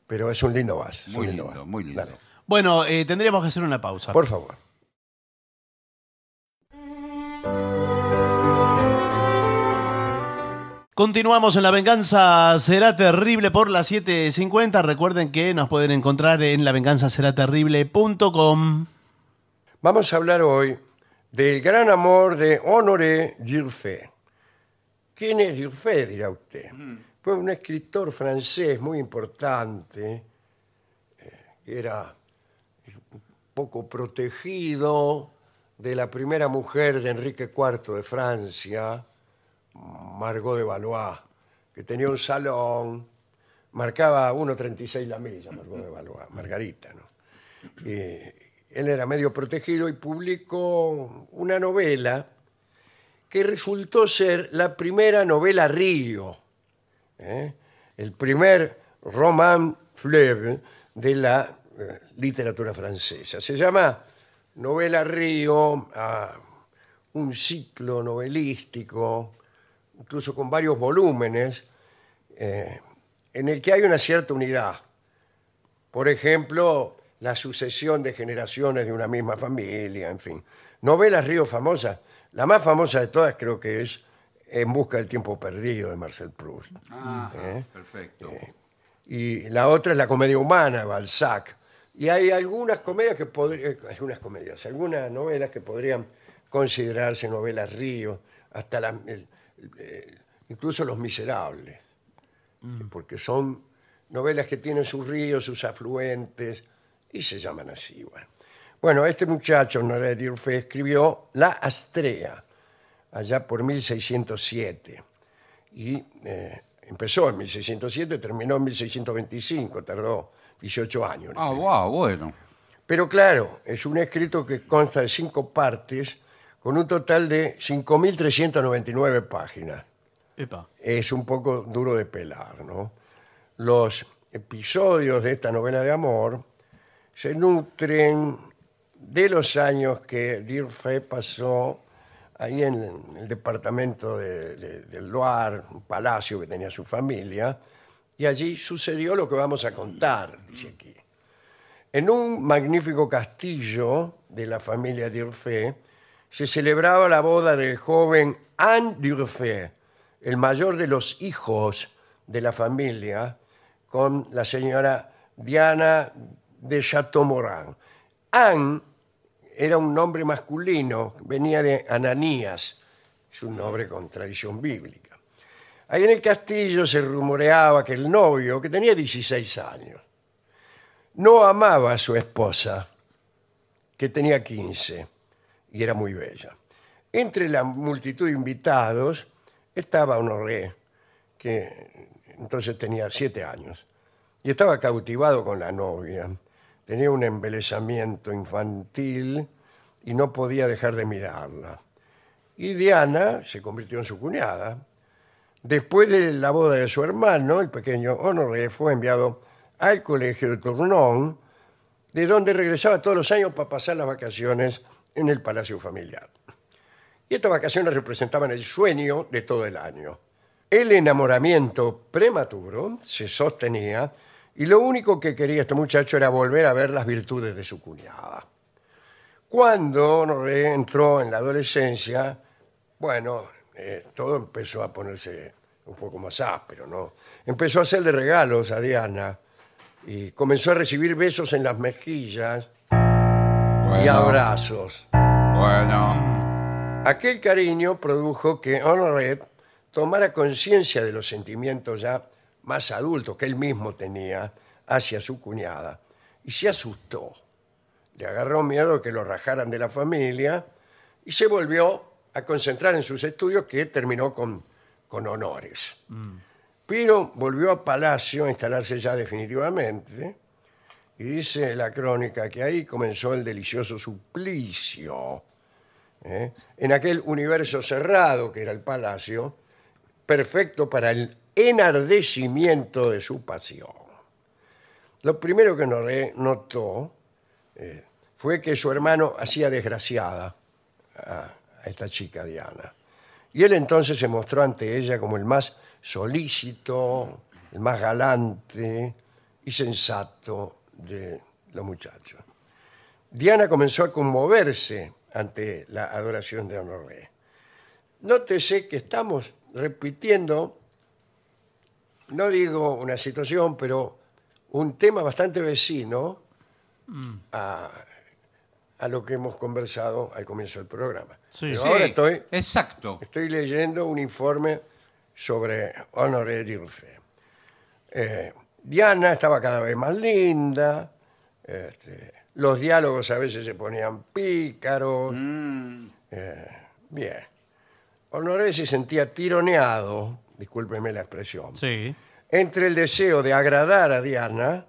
Speaker 1: pero es un lindo vals. es un
Speaker 3: Muy lindo,
Speaker 1: vals.
Speaker 3: muy lindo.
Speaker 1: Dale,
Speaker 2: Bueno, eh, tendríamos que hacer una pausa.
Speaker 1: por favor.
Speaker 2: Continuamos en La Venganza Será Terrible por las 7.50. Recuerden que nos pueden encontrar en lavenganzaseraterrible.com.
Speaker 1: Vamos a hablar hoy del gran amor de Honoré Durfé. ¿Quién es Durfé, dirá usted? Fue un escritor francés muy importante, eh, que era poco protegido de la primera mujer de Enrique IV de Francia, Margot de Valois, que tenía un salón, marcaba 1.36 la milla, marcó de Valois, Margarita, ¿no? Y eh, él era medio protegido y publicó una novela que resultó ser la primera novela Río, ¿eh? el primer roman fleuve de la eh, literatura francesa. Se llama Novela Río, ah, un ciclo novelístico, incluso con varios volúmenes, eh, en el que hay una cierta unidad. Por ejemplo, la sucesión de generaciones de una misma familia, en fin. Novelas Río famosas. La más famosa de todas creo que es En busca del tiempo perdido de Marcel Proust.
Speaker 3: Ah,
Speaker 1: ¿Eh?
Speaker 3: perfecto. Ah,
Speaker 1: Y la otra es la comedia humana de Balzac. Y hay algunas comedias que podrían, algunas comedias, algunas novelas que podrían considerarse novelas río, hasta la- el- eh, incluso Los Miserables, porque son novelas que tienen sus ríos, sus afluentes, y se llaman así. Bueno, bueno este muchacho, Honoré de Urfe, escribió La Astrea, allá por 1607 y eh, empezó en 1607, terminó en 1625, tardó 18 años.
Speaker 3: Ah, wow, bueno.
Speaker 1: Pero claro, es un escrito que consta de cinco partes con un total de 5.399 páginas.
Speaker 2: Epa.
Speaker 1: Es un poco duro de pelar, ¿no? Los episodios de esta novela de amor se nutren de los años que Dirfe pasó ahí en el departamento de- de- del Loire, un palacio que tenía su familia, y allí sucedió lo que vamos a contar, dice aquí. En un magnífico castillo de la familia Durfé se celebraba la boda del joven Anne Durfé, el mayor de los hijos de la familia, con la señora Diana de Chateaumorin. Anne era un nombre masculino, venía de Ananías, es un nombre con tradición bíblica. Ahí en el castillo se rumoreaba que el novio, que tenía 16 años, no amaba a su esposa, que tenía 15 y era muy bella. Entre la multitud de invitados estaba Honoré, que entonces tenía 7 años, y estaba cautivado con la novia. Tenía un embelezamiento infantil y no podía dejar de mirarla. Y Diana se convirtió en su cuñada. Después de la boda de su hermano, el pequeño Honoré fue enviado al colegio de Tournon, de donde regresaba todos los años para pasar las vacaciones en el palacio familiar. Y estas vacaciones representaban el sueño de todo el año. El enamoramiento prematuro se sostenía y lo único que quería este muchacho era volver a ver las virtudes de su cuñada. Cuando Honoré entró en la adolescencia, bueno, eh, todo empezó a ponerse un poco más áspero, ¿no? Empezó a hacerle regalos a Diana y comenzó a recibir besos en las mejillas
Speaker 3: bueno
Speaker 1: y abrazos.
Speaker 3: Bueno.
Speaker 1: Aquel cariño produjo que Honoré tomara conciencia de los sentimientos ya más adultos que él mismo tenía hacia su cuñada y se asustó. Le agarró miedo que lo rajaran de la familia y se volvió a concentrar en sus estudios que terminó con, con honores. Pero volvió a Palacio a instalarse ya definitivamente y dice la crónica que ahí comenzó el delicioso suplicio. ¿eh? en aquel universo cerrado que era el palacio, perfecto para el enardecimiento de su pasión. Lo primero que Honoré notó eh, fue que su hermano hacía desgraciada a, a esta chica Diana. Y él entonces se mostró ante ella como el más solícito, el más galante y sensato de los muchachos. Diana comenzó a conmoverse ante la adoración de Honoré. Nótese que estamos repitiendo, no digo una situación, pero un tema bastante vecino a, a lo que hemos conversado al comienzo del programa.
Speaker 2: Sí.
Speaker 1: Pero
Speaker 2: Sí.
Speaker 1: ahora estoy
Speaker 3: Exacto.
Speaker 1: Estoy leyendo un informe sobre Honoré Dirce. Eh, Diana estaba cada vez más linda, este, los diálogos a veces se ponían pícaros. eh, bien. Honoré se sentía tironeado, discúlpeme la expresión,
Speaker 2: Sí.
Speaker 1: entre el deseo de agradar a Diana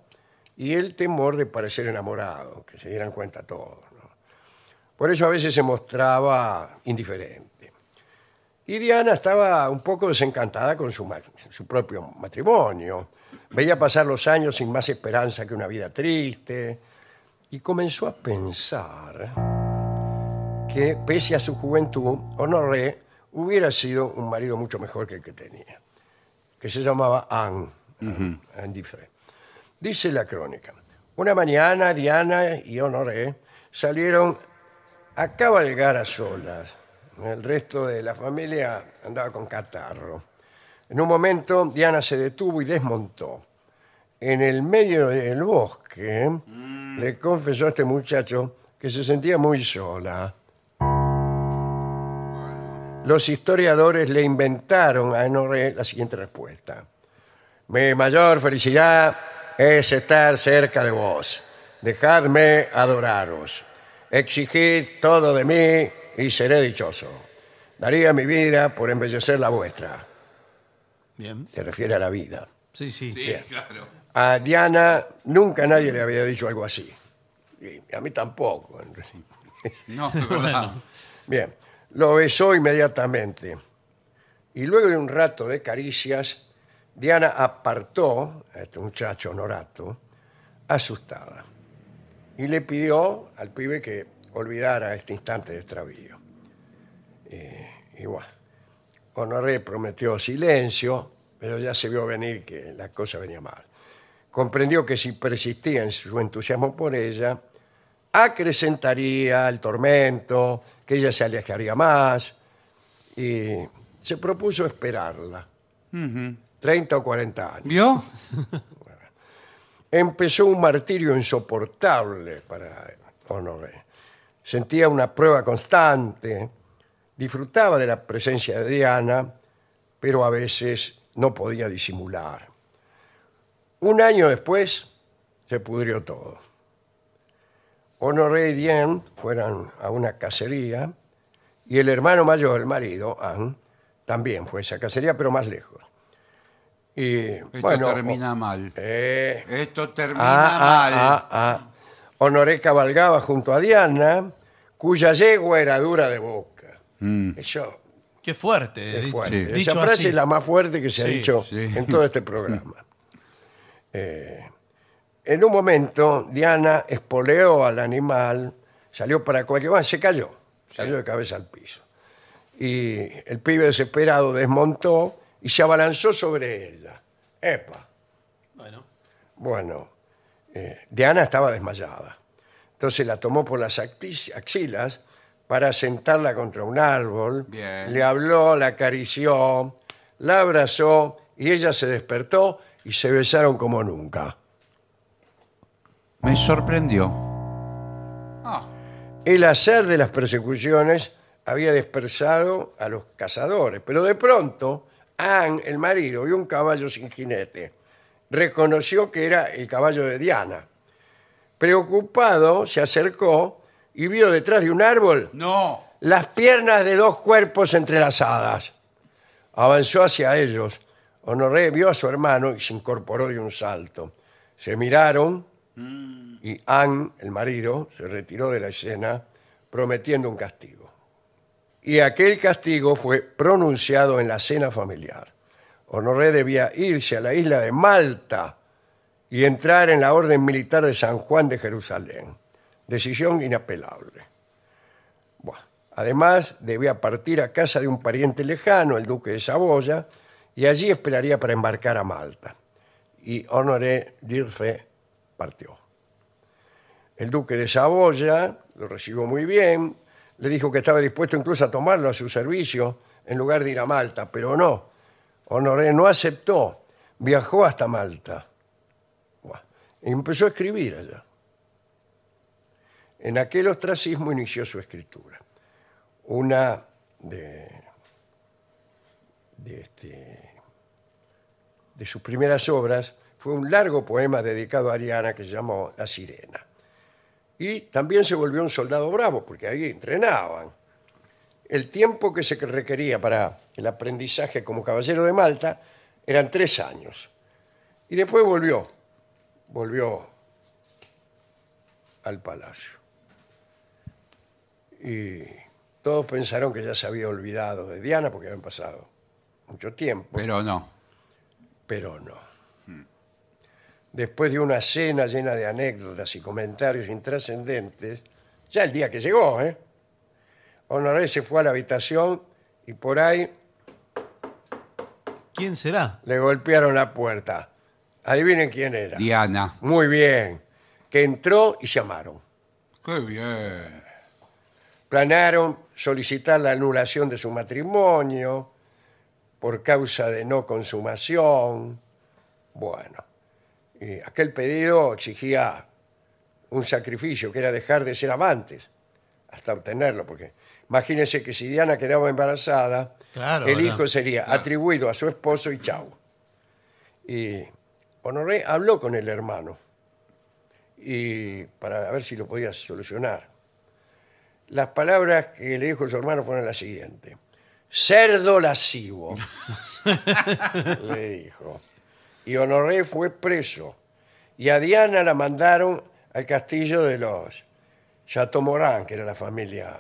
Speaker 1: y el temor de parecer enamorado, que se dieran cuenta todos. ¿no? Por eso a veces se mostraba indiferente. Y Diana estaba un poco desencantada con su, ma- su propio matrimonio. Veía pasar los años sin más esperanza que una vida triste. Y comenzó a pensar que, pese a su juventud, Honoré hubiera sido un marido mucho mejor que el que tenía, que se llamaba Anne, Anne Diffé. Dice la crónica, una mañana Diana y Honoré salieron a cabalgar a solas. El resto de la familia andaba con catarro. En un momento Diana se detuvo y desmontó. En el medio del bosque le confesó a este muchacho que se sentía muy sola. Los historiadores le inventaron a Honoré la siguiente respuesta. Mi mayor felicidad es estar cerca de vos. Dejadme adoraros. Exigid todo de mí y seré dichoso. Daría mi vida por embellecer la vuestra.
Speaker 2: Bien.
Speaker 1: Se refiere a la vida.
Speaker 2: Sí, sí.
Speaker 3: Sí, claro.
Speaker 1: A Diana nunca nadie le había dicho algo así. Y a mí tampoco. en realidad.
Speaker 3: No, es verdad.
Speaker 1: Bien, lo besó inmediatamente. Y luego de un rato de caricias, Diana apartó a este muchacho Norato, asustada, y le pidió al pibe que olvidara este instante de extravío. Eh, y bueno, Honoré prometió silencio, pero ya se vio venir que la cosa venía mal. Comprendió que si persistía en su entusiasmo por ella, acrecentaría el tormento, que ella se alejaría más, y se propuso esperarla. 30 o 40 años.
Speaker 3: ¿Vio?
Speaker 1: Empezó un martirio insoportable para Honoré. Sentía una prueba constante, disfrutaba de la presencia de Diana, pero a veces no podía disimular. Un año después se pudrió todo. Honoré y Diane fueron a una cacería y el hermano mayor, el marido, Anne, también fue a esa cacería, pero más lejos. Y
Speaker 3: Esto
Speaker 1: bueno,
Speaker 3: termina mal.
Speaker 1: eh,
Speaker 3: Esto termina
Speaker 1: Ah,
Speaker 3: mal.
Speaker 2: eh.
Speaker 1: ah, ah, ah. Honoré cabalgaba junto a Diana, cuya yegua era dura de boca.
Speaker 3: Mm,
Speaker 1: Eso
Speaker 2: Qué fuerte.
Speaker 1: es
Speaker 2: Mm. dicho-
Speaker 1: fuerte.
Speaker 3: sí.
Speaker 2: Dicho
Speaker 1: Esa frase
Speaker 2: así.
Speaker 1: es la más fuerte que se ha
Speaker 2: Sí,
Speaker 1: dicho
Speaker 3: sí.
Speaker 1: en todo este programa. Eh, en un momento, Diana espoleó al animal, salió para cualquier... Bueno, se cayó, salió de cabeza al piso. Y el pibe desesperado desmontó y se abalanzó sobre ella. ¡Epa!
Speaker 2: Bueno.
Speaker 1: Bueno, eh, Diana estaba desmayada. Entonces la tomó por las acti- axilas para sentarla contra un árbol.
Speaker 3: Bien.
Speaker 1: Le habló, la acarició, la abrazó y ella se despertó y se besaron como nunca.
Speaker 3: Me sorprendió. Ah,
Speaker 1: El azar de las persecuciones había dispersado a los cazadores, pero de pronto Ann, el marido, y un caballo sin jinete. Reconoció que era el caballo de Diana. Preocupado, se acercó y vio detrás de un árbol
Speaker 3: no.
Speaker 1: las piernas de dos cuerpos entrelazadas. Avanzó hacia ellos. Honoré vio a su hermano y se incorporó de un salto. Se miraron y Ann, el marido, se retiró de la escena prometiendo un castigo. Y aquel castigo fue pronunciado en la cena familiar. Honoré debía irse a la isla de Malta y entrar en la Orden Militar de San Juan de Jerusalén. Decisión inapelable. Buah. Además, debía partir a casa de un pariente lejano, el duque de Saboya, y allí esperaría para embarcar a Malta. Y Honoré Dirfe partió. El duque de Saboya lo recibió muy bien, le dijo que estaba dispuesto incluso a tomarlo a su servicio en lugar de ir a Malta, pero no. Honoré no aceptó, viajó hasta Malta. Buah. Empezó a escribir allá. En aquel ostracismo inició su escritura. Una de, de, este- de sus primeras obras fue un largo poema dedicado a Ariana que se llamó La Sirena. Y también se volvió un soldado bravo, porque ahí entrenaban. El tiempo que se requería para el aprendizaje como caballero de Malta eran tres años. Y después volvió, volvió al palacio. Y todos pensaron que ya se había olvidado de Diana porque habían pasado mucho tiempo, pero,
Speaker 3: Pero no.
Speaker 1: no. Después de una cena llena de anécdotas y comentarios intrascendentes, ya el día que llegó, ¿eh? Honoré se fue a la habitación y por ahí
Speaker 2: ¿Quién será?
Speaker 1: le golpearon la puerta. Adivinen quién era.
Speaker 3: Diana.
Speaker 1: Muy bien. Que entró y llamaron.
Speaker 3: Qué bien.
Speaker 1: Planaron solicitar la anulación de su matrimonio por causa de no consumación. Bueno, y aquel pedido exigía un sacrificio, que era dejar de ser amantes hasta obtenerlo, porque imagínense que si Diana quedaba embarazada,
Speaker 2: Claro,
Speaker 1: el
Speaker 2: no.
Speaker 1: hijo sería atribuido a su esposo y chau. Y Honoré habló con el hermano y para ver si lo podía solucionar. Las palabras que le dijo su hermano fueron las siguientes. Cerdo lascivo, le dijo. Y Honoré fue preso. Y a Diana la mandaron al castillo de los Chateaumorán, que era la familia.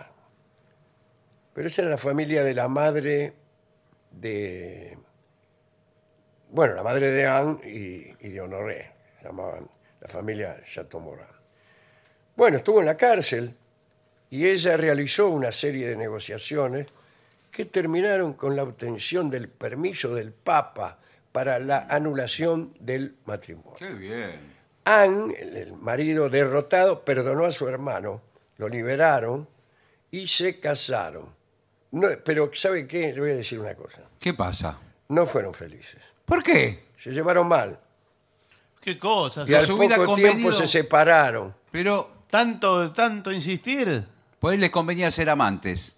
Speaker 1: Pero esa era la familia de la madre de. Bueno, la madre de Anne y, y de Honoré. se Llamaban la familia Chateaumorán. Bueno, estuvo en la cárcel y ella realizó una serie de negociaciones que terminaron con la obtención del permiso del Papa para la anulación del matrimonio.
Speaker 3: Qué bien.
Speaker 1: Anne, el- el marido derrotado, perdonó a su hermano, lo liberaron y se casaron. No, pero ¿sabe qué? Le voy a decir una cosa.
Speaker 3: ¿Qué pasa?
Speaker 1: No fueron felices.
Speaker 3: ¿Por qué?
Speaker 1: Se llevaron mal.
Speaker 2: ¿Qué cosa?
Speaker 1: Y al
Speaker 3: se
Speaker 1: poco
Speaker 3: hubiera
Speaker 1: tiempo
Speaker 3: convenido-
Speaker 1: se separaron.
Speaker 3: Pero
Speaker 2: ¿Tanto, tanto insistir?
Speaker 3: por él les convenía ser amantes.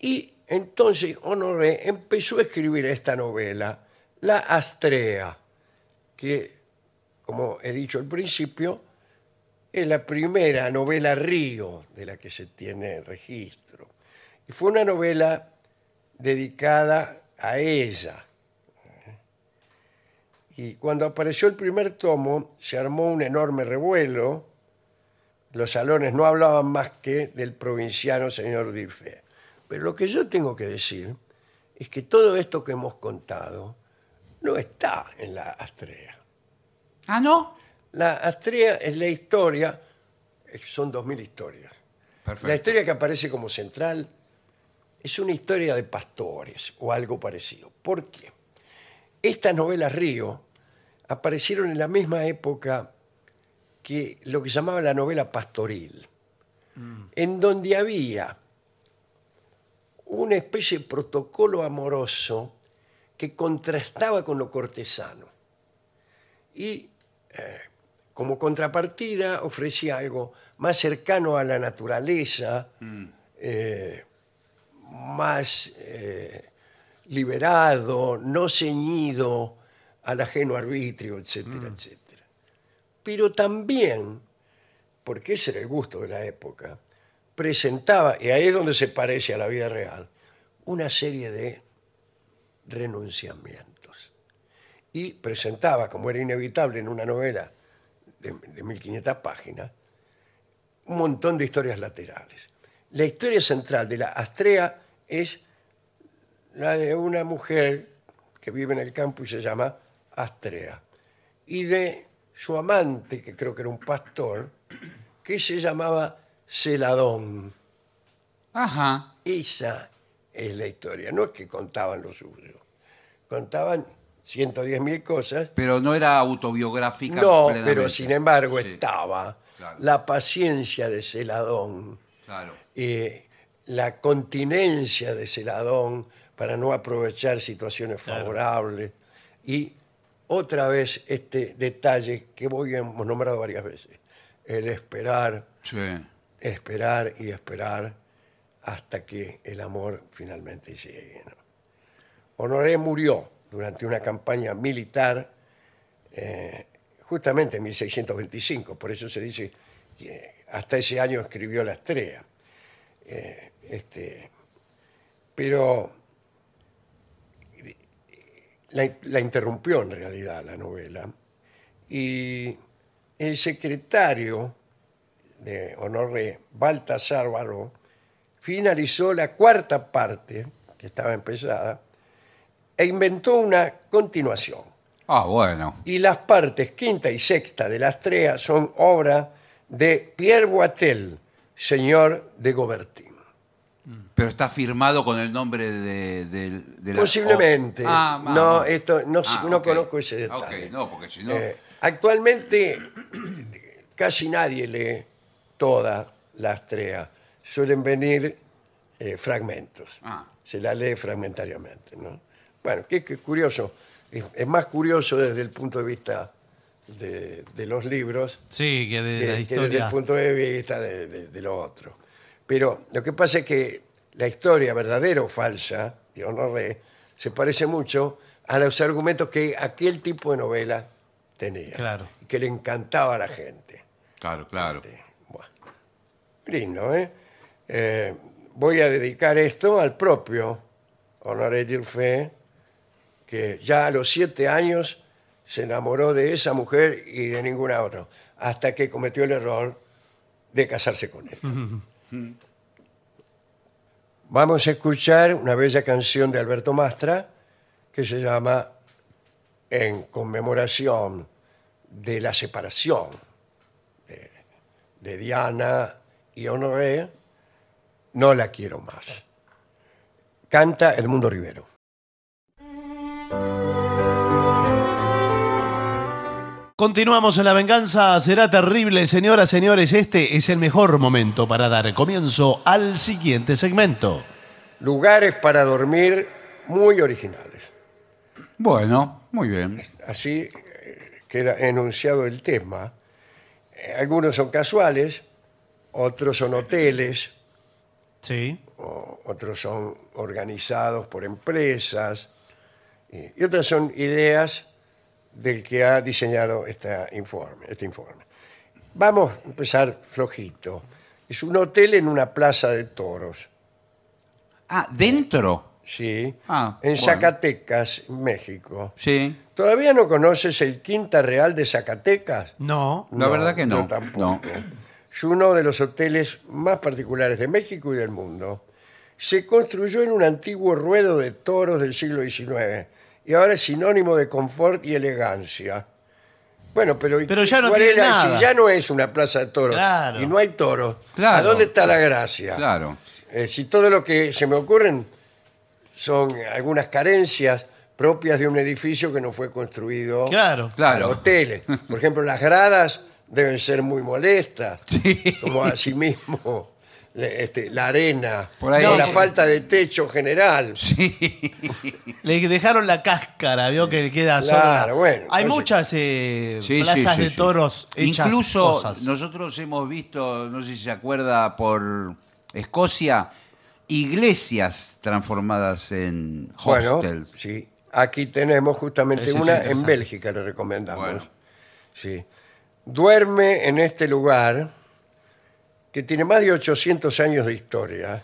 Speaker 1: Y entonces Honoré empezó a escribir esta novela, La Astrea, que, como he dicho al principio, es la primera novela Río de la que se tiene registro. Y fue una novela dedicada a ella. Y cuando apareció el primer tomo, se armó un enorme revuelo. Los salones no hablaban más que del provinciano señor Dirfe. Pero lo que yo tengo que decir es que todo esto que hemos contado no está en la Astrea.
Speaker 3: Ah, ¿no?
Speaker 1: La Astrea es la historia, eh, son dos mil historias. La
Speaker 3: Perfecto.
Speaker 1: historia que aparece como central es una historia de pastores o algo parecido. ¿Por qué? Estas novelas Río aparecieron en la misma época que lo que llamaba la novela pastoril, en donde había una especie de protocolo amoroso que contrastaba con lo cortesano. Y como contrapartida ofrecía algo más cercano a la naturaleza, eh, más eh, liberado, no ceñido al ajeno arbitrio, etcétera, etcétera. Pero también, porque ese era el gusto de la época, presentaba, y ahí es donde se parece a la vida real, una serie de renunciamientos y presentaba, como era inevitable en una novela de, de 1500 páginas, un montón de historias laterales. La historia central de la Astrea es la de una mujer que vive en el campo y se llama Astrea, y de su amante, que creo que era un pastor, que se llamaba Celadón.
Speaker 3: Ajá.
Speaker 1: Esa es la historia, no es que contaban lo suyo, contaban 110.000 cosas
Speaker 3: Pero no era autobiográfica.
Speaker 1: no,
Speaker 3: plenamente.
Speaker 1: pero sin embargo
Speaker 3: Sí,
Speaker 1: estaba
Speaker 3: claro.
Speaker 1: la paciencia de Celadón,
Speaker 3: Claro.
Speaker 1: eh, la continencia de Celadón para no aprovechar situaciones favorables y otra vez este detalle que voy hemos nombrado varias veces, el esperar,
Speaker 3: Sí.
Speaker 1: esperar y esperar hasta que el amor finalmente llegue. ¿no? Honoré murió durante una campaña militar eh, justamente en 1625, por eso se dice que hasta ese año escribió La Estrella. Eh, este, pero la, la interrumpió en realidad la novela y el secretario de Honoré, Baltasar Baró, finalizó la cuarta parte, que estaba empezada, e inventó una continuación.
Speaker 3: Ah, bueno.
Speaker 1: Y las partes quinta y sexta de las treas son obra de Pierre Boitel, señor de Gobertín.
Speaker 3: Pero está firmado con el nombre de, de- de la...
Speaker 1: Posiblemente.
Speaker 3: o- Ah, vamos.
Speaker 1: no, esto, no,
Speaker 3: Ah,
Speaker 1: no
Speaker 3: ok.
Speaker 1: conozco ese detalle.
Speaker 3: Ok, no, porque si no...
Speaker 1: Eh, actualmente casi nadie lee toda la astrea. Suelen venir eh, fragmentos.
Speaker 3: Ah.
Speaker 1: Se la lee fragmentariamente. ¿no? Bueno, qué, qué curioso. Es, es más curioso desde el punto de vista de, de los libros
Speaker 2: Sí, que de
Speaker 1: que,
Speaker 2: la
Speaker 1: que desde el
Speaker 2: historia.
Speaker 1: punto de vista de, de- de lo otro. Pero lo que pasa es que la historia verdadera o falsa de Honoré se parece mucho a los argumentos que aquel tipo de novela tenía.
Speaker 2: Claro.
Speaker 1: y Que le encantaba a la gente.
Speaker 3: Claro, claro.
Speaker 1: Este, bueno. Lindo, ¿eh? Eh, Voy a dedicar esto al propio Honoré Dirfé, que ya a los siete años se enamoró de esa mujer y de ninguna otra, hasta que cometió el error de casarse con él. Vamos a escuchar una bella canción de Alberto Mastra que se llama En conmemoración de la separación de, de Diana y Honoré, No la quiero más. Canta Edmundo Rivero.
Speaker 2: Continuamos en la venganza. Será terrible, señoras, señores. Este es el mejor momento para dar comienzo al siguiente segmento.
Speaker 1: Lugares para dormir muy originales.
Speaker 3: Bueno, muy bien.
Speaker 1: Así eh, queda enunciado el tema. Eh, Algunos son casuales, otros son hoteles,
Speaker 2: Sí.
Speaker 1: o- otros son organizados por empresas, eh, y otras son ideas del que ha diseñado esta informe, este informe. Vamos a empezar flojito. Es un hotel en una plaza de toros,
Speaker 3: Ah, ¿dentro?
Speaker 1: ¿sí?
Speaker 3: Ah,
Speaker 1: en
Speaker 3: bueno.
Speaker 1: Zacatecas, México.
Speaker 3: Sí.
Speaker 1: ¿Todavía no conoces el Quinta Real de Zacatecas?
Speaker 2: No.
Speaker 3: La verdad que no,
Speaker 1: yo tampoco.
Speaker 3: no.
Speaker 1: Es uno de los hoteles más particulares de México y del mundo. Se construyó en un antiguo ruedo de toros del siglo XIX y ahora es sinónimo de confort y elegancia. Bueno, pero, ¿y
Speaker 2: Pero ya no
Speaker 1: cuál
Speaker 2: tiene
Speaker 1: es la-
Speaker 2: nada.
Speaker 1: si ya no es una plaza de toros
Speaker 2: Claro.
Speaker 1: y no hay toros, ¿a
Speaker 3: Claro.
Speaker 1: dónde está la gracia?
Speaker 3: Claro.
Speaker 1: Eh, si todo lo que se me ocurren son algunas carencias propias de un edificio que no fue construido
Speaker 2: Claro.
Speaker 1: a
Speaker 3: Claro.
Speaker 1: hoteles. Por ejemplo, las gradas deben ser muy molestas, como asimismo le- este, la arena
Speaker 3: Por ahí-
Speaker 1: o
Speaker 3: No,
Speaker 1: la
Speaker 3: por-
Speaker 1: falta de techo general.
Speaker 2: Le dejaron la cáscara, vio que le queda
Speaker 1: Claro,
Speaker 2: sola.
Speaker 1: bueno,
Speaker 2: Hay
Speaker 1: entonces-
Speaker 2: muchas eh,
Speaker 3: Sí, sí,
Speaker 2: plazas
Speaker 3: sí,
Speaker 2: de
Speaker 3: sí.
Speaker 2: toros hechas
Speaker 3: Incluso
Speaker 2: cosas.
Speaker 3: nosotros hemos visto, no sé si se acuerda, por Escocia, iglesias transformadas en
Speaker 1: Bueno,
Speaker 3: hostel.
Speaker 1: sí. Aquí tenemos justamente
Speaker 2: Ese es
Speaker 1: una en
Speaker 2: interesante.
Speaker 1: Bélgica, le recomendamos.
Speaker 3: Bueno.
Speaker 1: Sí. Duerme en este lugar que tiene más de 800 años de historia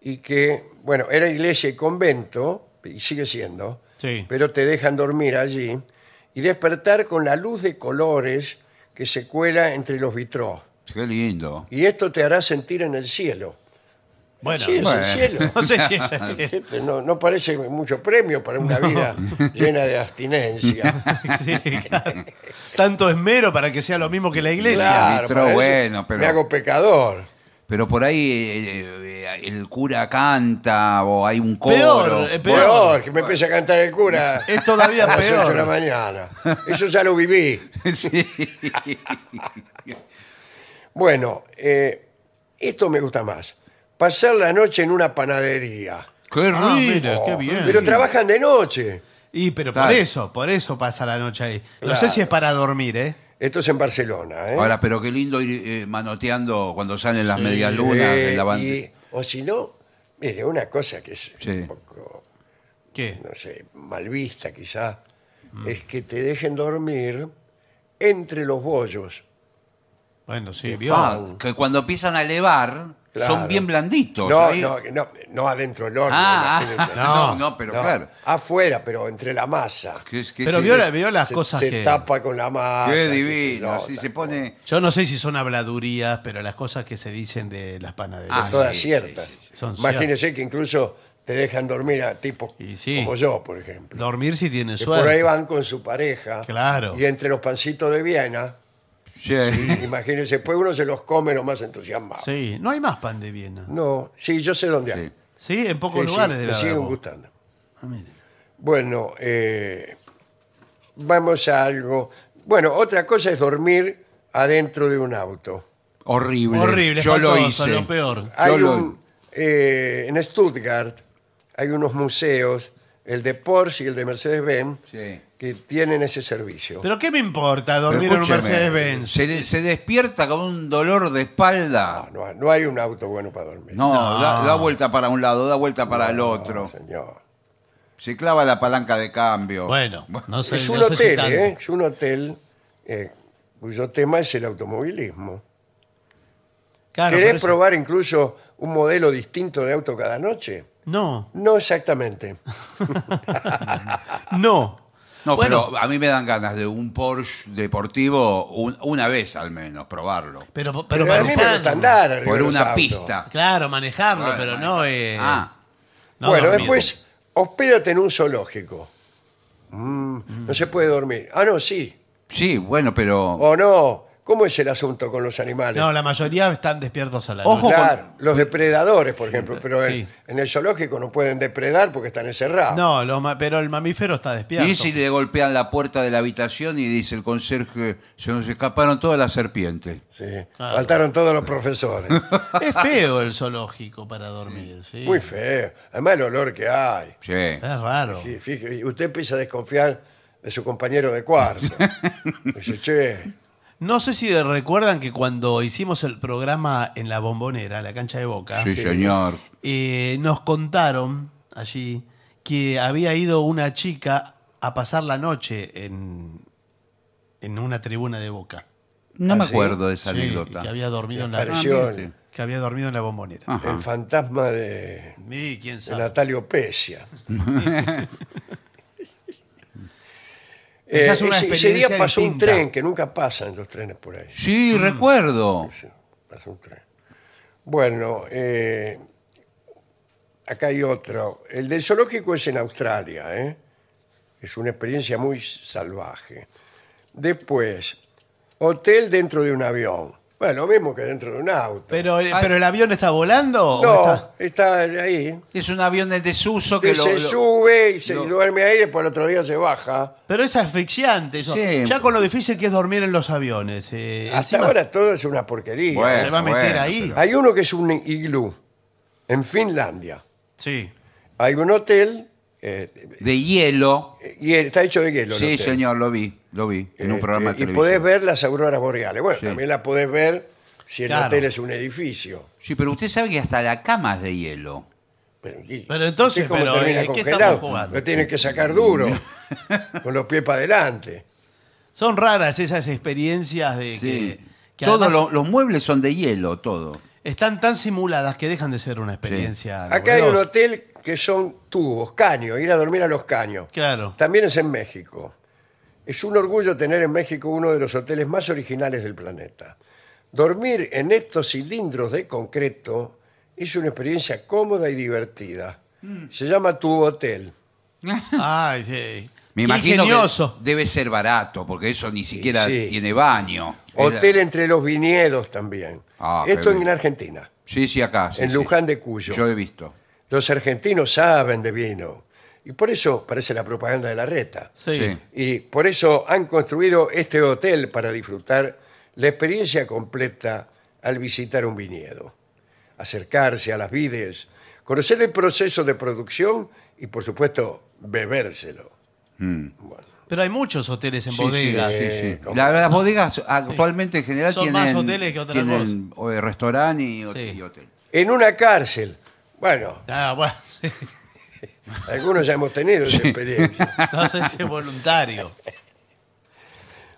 Speaker 1: y que, bueno, era iglesia y convento, y sigue siendo,
Speaker 2: Sí.
Speaker 1: pero te dejan dormir allí y despertar con la luz de colores que se cuela entre los vitros.
Speaker 3: Qué lindo.
Speaker 1: Y esto te hará sentir en el cielo.
Speaker 2: Bueno,
Speaker 1: sí, es
Speaker 3: bueno.
Speaker 1: el cielo.
Speaker 2: no sé si es así.
Speaker 1: Este, No, no parece mucho premio para una vida llena de abstinencia.
Speaker 2: Sí, claro. Tanto esmero para que sea lo mismo que la iglesia.
Speaker 1: Claro,
Speaker 3: Vitro,
Speaker 1: para eso
Speaker 3: bueno, pero-
Speaker 1: Me hago pecador.
Speaker 3: Pero por ahí eh, eh, el cura canta o hay un coro.
Speaker 2: Peor, eh, peor.
Speaker 1: Peor, que me empiece a cantar el cura.
Speaker 2: Es todavía
Speaker 1: a las
Speaker 2: peor.
Speaker 1: ocho de la mañana. Eso ya lo viví.
Speaker 3: Sí.
Speaker 1: Bueno, eh, esto me gusta más. Pasar la noche en una panadería.
Speaker 3: Qué rico.
Speaker 2: Ah, mira, qué bien.
Speaker 1: Pero trabajan de noche.
Speaker 2: Y pero
Speaker 3: Claro.
Speaker 2: por eso, por eso pasa la noche ahí. No sé
Speaker 1: Claro.
Speaker 2: si es para dormir, ¿eh?
Speaker 1: Esto es en Barcelona. ¿eh?
Speaker 3: Ahora, pero qué lindo ir eh, manoteando cuando salen las medias lunas
Speaker 1: Eh,
Speaker 3: en la banda.
Speaker 1: y- O si no, mire, una cosa que es
Speaker 3: Sí.
Speaker 1: un poco
Speaker 2: ¿Qué?
Speaker 1: no sé, mal vista quizá, es que te dejen dormir entre los bollos.
Speaker 2: Bueno, sí, vio.
Speaker 3: Ah, que cuando empiezan a elevar,
Speaker 1: Claro.
Speaker 3: son bien blanditos.
Speaker 1: No,
Speaker 3: ahí-
Speaker 1: no, no, no adentro del horno.
Speaker 3: Ah,
Speaker 1: imagínense.
Speaker 3: ah,
Speaker 2: No,
Speaker 3: no, no, pero
Speaker 1: No,
Speaker 3: claro.
Speaker 1: Afuera, pero entre la masa.
Speaker 3: Que es- que
Speaker 2: Pero
Speaker 3: se-
Speaker 2: vio, la- vio las
Speaker 1: se,
Speaker 2: cosas
Speaker 1: se
Speaker 2: que...
Speaker 1: tapa con la masa.
Speaker 3: Qué
Speaker 1: que
Speaker 3: divino,
Speaker 1: nota,
Speaker 3: así se pone.
Speaker 2: Yo no sé si son habladurías, pero las cosas que se dicen de las panaderías.
Speaker 3: Ah,
Speaker 1: Todas
Speaker 3: sí,
Speaker 1: ciertas.
Speaker 3: sí, sí.
Speaker 2: Son
Speaker 1: Imagínense que incluso te dejan dormir a tipos
Speaker 2: Y sí.
Speaker 1: como yo, por ejemplo.
Speaker 2: Dormir si tiene
Speaker 1: que por ahí
Speaker 2: suerte.
Speaker 1: van con su pareja.
Speaker 2: Claro.
Speaker 1: Y entre los pancitos de Viena,
Speaker 3: Sí.
Speaker 1: imagínense, pues uno se los come lo más entusiasmado.
Speaker 2: Sí, no hay más pan de Viena.
Speaker 1: No, sí, yo sé dónde hay.
Speaker 3: Sí.
Speaker 2: Sí, en pocos
Speaker 1: Sí, sí,
Speaker 2: lugares debe
Speaker 1: me
Speaker 2: haber.
Speaker 1: siguen gustando.
Speaker 2: Ah, mire.
Speaker 1: Bueno, eh, vamos a algo. Bueno, otra cosa es dormir adentro de un auto.
Speaker 3: Horrible.
Speaker 2: Horrible,
Speaker 3: Yo lo
Speaker 2: espantoso,
Speaker 3: hice.
Speaker 2: lo peor.
Speaker 1: Hay
Speaker 3: lo-
Speaker 1: un, eh, en Stuttgart hay unos museos, el de Porsche y el de Mercedes-Benz,
Speaker 3: Sí.
Speaker 1: que tienen ese servicio.
Speaker 2: Pero ¿qué me importa
Speaker 3: Pero
Speaker 2: dormir en un
Speaker 3: escúcheme,
Speaker 2: Mercedes-Benz?
Speaker 3: Se, de- se despierta con un dolor de espalda.
Speaker 1: Ah, No, no hay un auto bueno para dormir.
Speaker 3: No, Da, da vuelta para un lado, da vuelta para el otro.
Speaker 1: No, señor.
Speaker 3: Se clava la palanca de cambio.
Speaker 2: Bueno, no sé,
Speaker 1: es un
Speaker 2: no sé si
Speaker 1: hotel,
Speaker 2: tanto.
Speaker 1: ¿eh? Es un hotel eh, cuyo tema es el automovilismo.
Speaker 2: Claro, Ah, por
Speaker 1: ¿Querés
Speaker 2: eso-
Speaker 1: probar incluso un modelo distinto de auto cada noche?
Speaker 2: No,
Speaker 1: No exactamente.
Speaker 2: no.
Speaker 3: No,
Speaker 2: Bueno,
Speaker 3: pero a mí me dan ganas de un Porsche deportivo un- una vez al menos, probarlo.
Speaker 2: pero, pero,
Speaker 1: Pero, a mí me
Speaker 2: manejarlo.
Speaker 1: gusta andar. arriba
Speaker 3: Por
Speaker 1: de los
Speaker 3: una
Speaker 1: autos.
Speaker 3: pista.
Speaker 2: Claro, manejarlo,
Speaker 3: Bueno,
Speaker 2: pero
Speaker 3: bueno.
Speaker 2: no. eh,
Speaker 3: Ah,
Speaker 2: no
Speaker 1: bueno,
Speaker 2: dormir.
Speaker 1: después, hospédate en un zoológico. Mm, No se puede dormir. Ah, no, sí.
Speaker 3: sí, bueno, pero.
Speaker 1: O no. ¿Cómo es el asunto con los animales?
Speaker 2: No, la mayoría están despiertos a la
Speaker 3: Ojo
Speaker 2: noche.
Speaker 1: Claro, los depredadores, por ejemplo, pero en,
Speaker 2: Sí.
Speaker 1: en el zoológico no pueden depredar porque están encerrados.
Speaker 2: No, los ma- pero el mamífero está despierto.
Speaker 3: Y si le golpean la puerta de la habitación y dice el conserje, se nos escaparon todas las serpientes.
Speaker 1: Sí,
Speaker 2: Claro.
Speaker 1: Faltaron todos los profesores.
Speaker 2: Es feo el zoológico para dormir, sí.
Speaker 1: Muy feo. Además el olor que hay.
Speaker 3: Sí.
Speaker 2: Es raro.
Speaker 1: Sí, fíjese, usted empieza a desconfiar de su compañero de cuarto. Dice, che,
Speaker 2: No sé si recuerdan que cuando hicimos el programa en la bombonera, en la cancha de boca,
Speaker 3: Ah, Sí, señor.
Speaker 2: eh, nos contaron allí que había ido una chica a pasar la noche en, en una tribuna de boca.
Speaker 3: No
Speaker 1: ¿Ah,
Speaker 3: me
Speaker 1: sí?
Speaker 3: acuerdo de esa
Speaker 2: Sí,
Speaker 3: anécdota.
Speaker 2: Que había dormido en la
Speaker 1: apareció
Speaker 3: Ah,
Speaker 1: el,
Speaker 2: que había dormido en la bombonera.
Speaker 3: Ah. Ajá.
Speaker 1: el fantasma de,
Speaker 2: Y quién
Speaker 1: de
Speaker 2: sabe.
Speaker 1: Natalio Pesia.
Speaker 2: Esa es una
Speaker 1: Eh, ese, ese
Speaker 2: experiencia
Speaker 1: día pasó
Speaker 2: distinta.
Speaker 1: un tren, que nunca pasan los trenes por ahí.
Speaker 3: Sí, recuerdo.
Speaker 1: Sí, pasó un tren. Bueno, eh, acá hay otro. El del zoológico es en Australia, ¿eh? Es una experiencia muy salvaje. Después, hotel dentro de un avión. Bueno, lo mismo que dentro de un auto.
Speaker 2: Pero, eh, pero el avión está volando o
Speaker 1: no,
Speaker 2: está-
Speaker 1: está ahí.
Speaker 3: Es un avión de desuso que
Speaker 1: Que
Speaker 3: lo,
Speaker 1: se
Speaker 3: lo-
Speaker 1: sube y se
Speaker 3: lo-
Speaker 1: duerme ahí, después el otro día se baja.
Speaker 2: Pero es asfixiante eso.
Speaker 3: Sí.
Speaker 2: Ya con lo difícil que es dormir en los aviones. eh,
Speaker 1: Hasta
Speaker 2: encima
Speaker 1: ahora todo es una porquería.
Speaker 3: Bueno,
Speaker 2: se va a meter
Speaker 3: bueno,
Speaker 2: ahí.
Speaker 3: pero-
Speaker 1: Hay uno que es un iglú en Finlandia.
Speaker 2: Sí.
Speaker 1: Hay un hotel eh,
Speaker 3: de hielo.
Speaker 1: Y él está hecho de hielo. el
Speaker 3: Sí,
Speaker 1: hotel.
Speaker 3: señor, lo vi, lo vi en un
Speaker 1: Este,
Speaker 3: programa de
Speaker 1: Y
Speaker 3: televisión.
Speaker 1: podés ver las auroras boreales. Bueno,
Speaker 3: Sí.
Speaker 1: también las podés ver si el
Speaker 2: Claro.
Speaker 1: hotel es un edificio.
Speaker 3: Sí, pero usted sabe que hasta la cama es de hielo.
Speaker 1: Pero, y-
Speaker 2: Pero entonces,
Speaker 1: ¿usted cómo
Speaker 2: pero,
Speaker 1: termina
Speaker 2: ¿eh, qué
Speaker 1: congelado?
Speaker 2: estamos jugando?
Speaker 1: Lo tienen que sacar duro, con los pies para adelante.
Speaker 2: Son raras esas experiencias de
Speaker 3: Sí.
Speaker 2: que, que
Speaker 3: Todos
Speaker 2: además
Speaker 3: lo- los muebles son de hielo, todo.
Speaker 2: están tan simuladas que dejan de ser una experiencia.
Speaker 3: Ah,
Speaker 1: Acá hay un
Speaker 2: novedosa.
Speaker 1: hotel que son tubos, caños, ir a dormir a los caños.
Speaker 2: Claro.
Speaker 1: También es en México. Es un orgullo tener en México uno de los hoteles más originales del planeta. Dormir en estos cilindros de concreto es una experiencia cómoda y divertida. Se llama Tu Hotel.
Speaker 2: Ay, sí.
Speaker 3: Me
Speaker 2: Qué
Speaker 3: imagino
Speaker 2: ingenioso.
Speaker 3: que debe ser barato, porque eso ni siquiera
Speaker 1: sí.
Speaker 3: tiene baño.
Speaker 1: Hotel entre los viñedos también.
Speaker 3: Ah,
Speaker 1: Esto
Speaker 3: qué
Speaker 1: en
Speaker 3: bien.
Speaker 1: Argentina,
Speaker 3: Sí, sí, acá. sí,
Speaker 1: en
Speaker 3: sí.
Speaker 1: Luján de Cuyo.
Speaker 3: Yo he visto.
Speaker 1: Los argentinos saben de vino. Y por eso parece la propaganda de la reta.
Speaker 2: Sí.
Speaker 3: Sí.
Speaker 1: Y por eso han construido este hotel para disfrutar la experiencia completa al visitar un viñedo, acercarse a las vides, conocer el proceso de producción y, por supuesto, bebérselo.
Speaker 3: Mm.
Speaker 2: Pero hay muchos hoteles en
Speaker 3: Sí, sí,
Speaker 2: bodegas.
Speaker 3: sí, sí.
Speaker 1: ¿cómo?
Speaker 3: La- las bodegas actualmente en general
Speaker 2: Son
Speaker 3: tienen,
Speaker 2: más hoteles que otra
Speaker 3: tienen, eh, restaurante y, hot-
Speaker 2: Sí.
Speaker 3: y hotel.
Speaker 1: En una cárcel. Bueno,
Speaker 2: Ah, bueno, sí.
Speaker 1: algunos ya hemos tenido esa experiencia.
Speaker 2: No sé si es voluntario.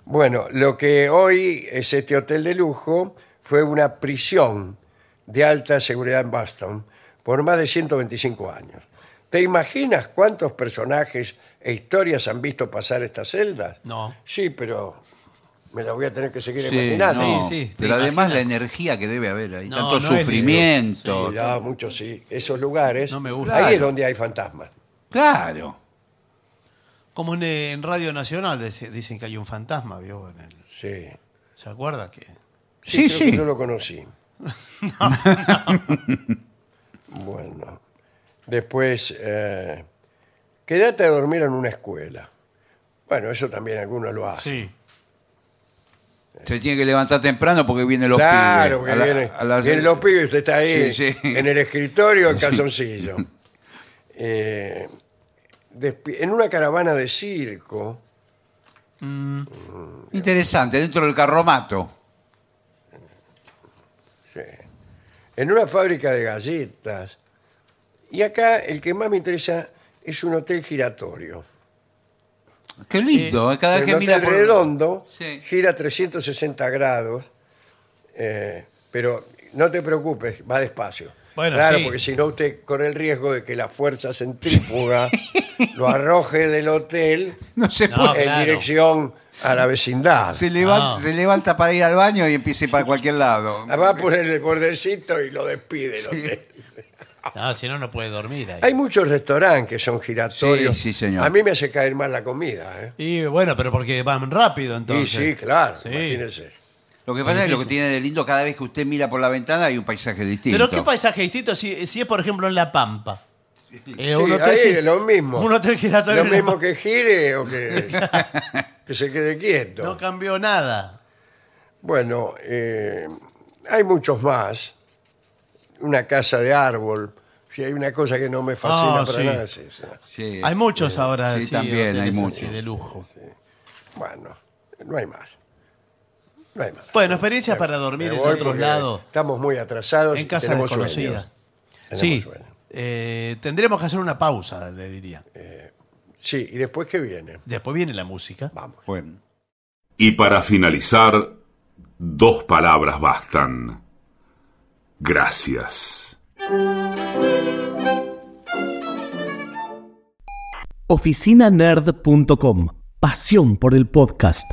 Speaker 1: Bueno, lo que hoy es este hotel de lujo fue una prisión de alta seguridad en Boston por más de 125 años. ¿Te imaginas cuántos personajes e historias han visto pasar estas celdas?
Speaker 2: No.
Speaker 1: Sí, pero me la voy a tener que seguir
Speaker 3: Sí,
Speaker 1: imaginando.
Speaker 3: no,
Speaker 2: Sí, sí, te
Speaker 3: pero además la
Speaker 2: imaginas.
Speaker 3: energía que debe haber ahí,
Speaker 2: No,
Speaker 3: tanto
Speaker 2: no es-
Speaker 3: sufrimiento.
Speaker 1: Sí, ya, muchos sí. Esos lugares.
Speaker 2: No me gusta.
Speaker 1: Ahí es
Speaker 3: Claro.
Speaker 1: donde hay fantasmas.
Speaker 3: Claro.
Speaker 2: Como en, eh, en Radio Nacional dice- dicen que hay un fantasma, ¿vio? En el-
Speaker 1: Sí.
Speaker 2: ¿Se acuerda que?
Speaker 3: Sí,
Speaker 1: creo que
Speaker 3: sí.
Speaker 1: Yo lo conocí. bueno. Después, eh, quédate a dormir en una escuela. Bueno, eso también algunos lo hacen.
Speaker 2: Sí.
Speaker 3: Se tiene que levantar temprano porque vienen los
Speaker 1: claro,
Speaker 3: pibes.
Speaker 1: que
Speaker 3: A la-
Speaker 1: viene-
Speaker 3: a las-
Speaker 1: vienen los pibes, usted está ahí
Speaker 3: Sí, sí.
Speaker 1: en el escritorio en calzoncillo. Eh, despi- en una caravana de circo,
Speaker 3: Interesante, dentro del carromato.
Speaker 1: Sí. En una fábrica de galletas. Y acá el que más me interesa es un hotel giratorio.
Speaker 3: Qué lindo, eh, cada vez
Speaker 1: El
Speaker 3: que
Speaker 1: hotel
Speaker 3: mira por
Speaker 1: redondo
Speaker 3: Sí.
Speaker 1: gira 360 grados, eh, pero no te preocupes, va despacio.
Speaker 2: Bueno,
Speaker 1: claro,
Speaker 2: sí.
Speaker 1: porque si no usted corre el riesgo de que la fuerza centrífuga lo arroje del hotel
Speaker 3: No se
Speaker 2: No,
Speaker 3: puede.
Speaker 1: en
Speaker 2: claro.
Speaker 1: dirección a la vecindad.
Speaker 3: Se levanta,
Speaker 2: No.
Speaker 3: se levanta para ir al baño y empieza a ir para cualquier lado.
Speaker 1: Va por el bordecito y lo despide el hotel.
Speaker 2: No, Ah, si no, no puede dormir ahí.
Speaker 1: Ah, Hay muchos restaurantes que son giratorios.
Speaker 3: Sí, sí, señor.
Speaker 1: A mí me hace caer mal la comida. ¿eh?
Speaker 2: Y bueno, pero porque van rápido
Speaker 1: Y
Speaker 2: entonces.
Speaker 1: sí, claro,
Speaker 2: Sí.
Speaker 1: imagínese.
Speaker 3: Lo que pasa es que lo que tiene de lindo, cada vez que usted mira por la ventana hay un paisaje distinto.
Speaker 2: Pero qué paisaje distinto si, si es, por ejemplo, en La Pampa. Eh,
Speaker 1: Sí,
Speaker 2: hotel
Speaker 1: ahí
Speaker 2: gi-
Speaker 1: es lo mismo.
Speaker 2: Un hotel
Speaker 1: Lo
Speaker 2: giratorio. en La
Speaker 1: mismo
Speaker 2: Pampa.
Speaker 1: que gire o que, que se quede quieto.
Speaker 2: No cambió nada.
Speaker 1: Bueno, eh, hay muchos más. Una casa de árbol. Si hay una cosa que no me fascina
Speaker 2: Ah,
Speaker 1: para
Speaker 2: sí.
Speaker 1: nada es esa.
Speaker 3: Sí.
Speaker 2: Hay muchos ahora.
Speaker 3: sí, también hay
Speaker 2: hoteles
Speaker 3: muchos.
Speaker 2: así De lujo.
Speaker 1: Bueno, no hay más. No hay más.
Speaker 2: Bueno, experiencias
Speaker 1: Me-
Speaker 2: para dormir
Speaker 1: me
Speaker 2: en
Speaker 1: voy
Speaker 2: otros
Speaker 1: porque
Speaker 2: lados.
Speaker 1: Estamos muy atrasados. y
Speaker 2: En casas
Speaker 1: tenemos
Speaker 2: desconocidas.
Speaker 1: sueños. Tenemos
Speaker 2: Sí.
Speaker 1: sueños.
Speaker 2: eh, tendremos que hacer una pausa, le diría.
Speaker 1: Sí, y después qué viene.
Speaker 2: Después viene la música.
Speaker 1: Vamos.
Speaker 3: Ah, Bueno.
Speaker 4: Y para finalizar, dos palabras bastan. Gracias.
Speaker 5: oficinanerd.com. Pasión por el podcast.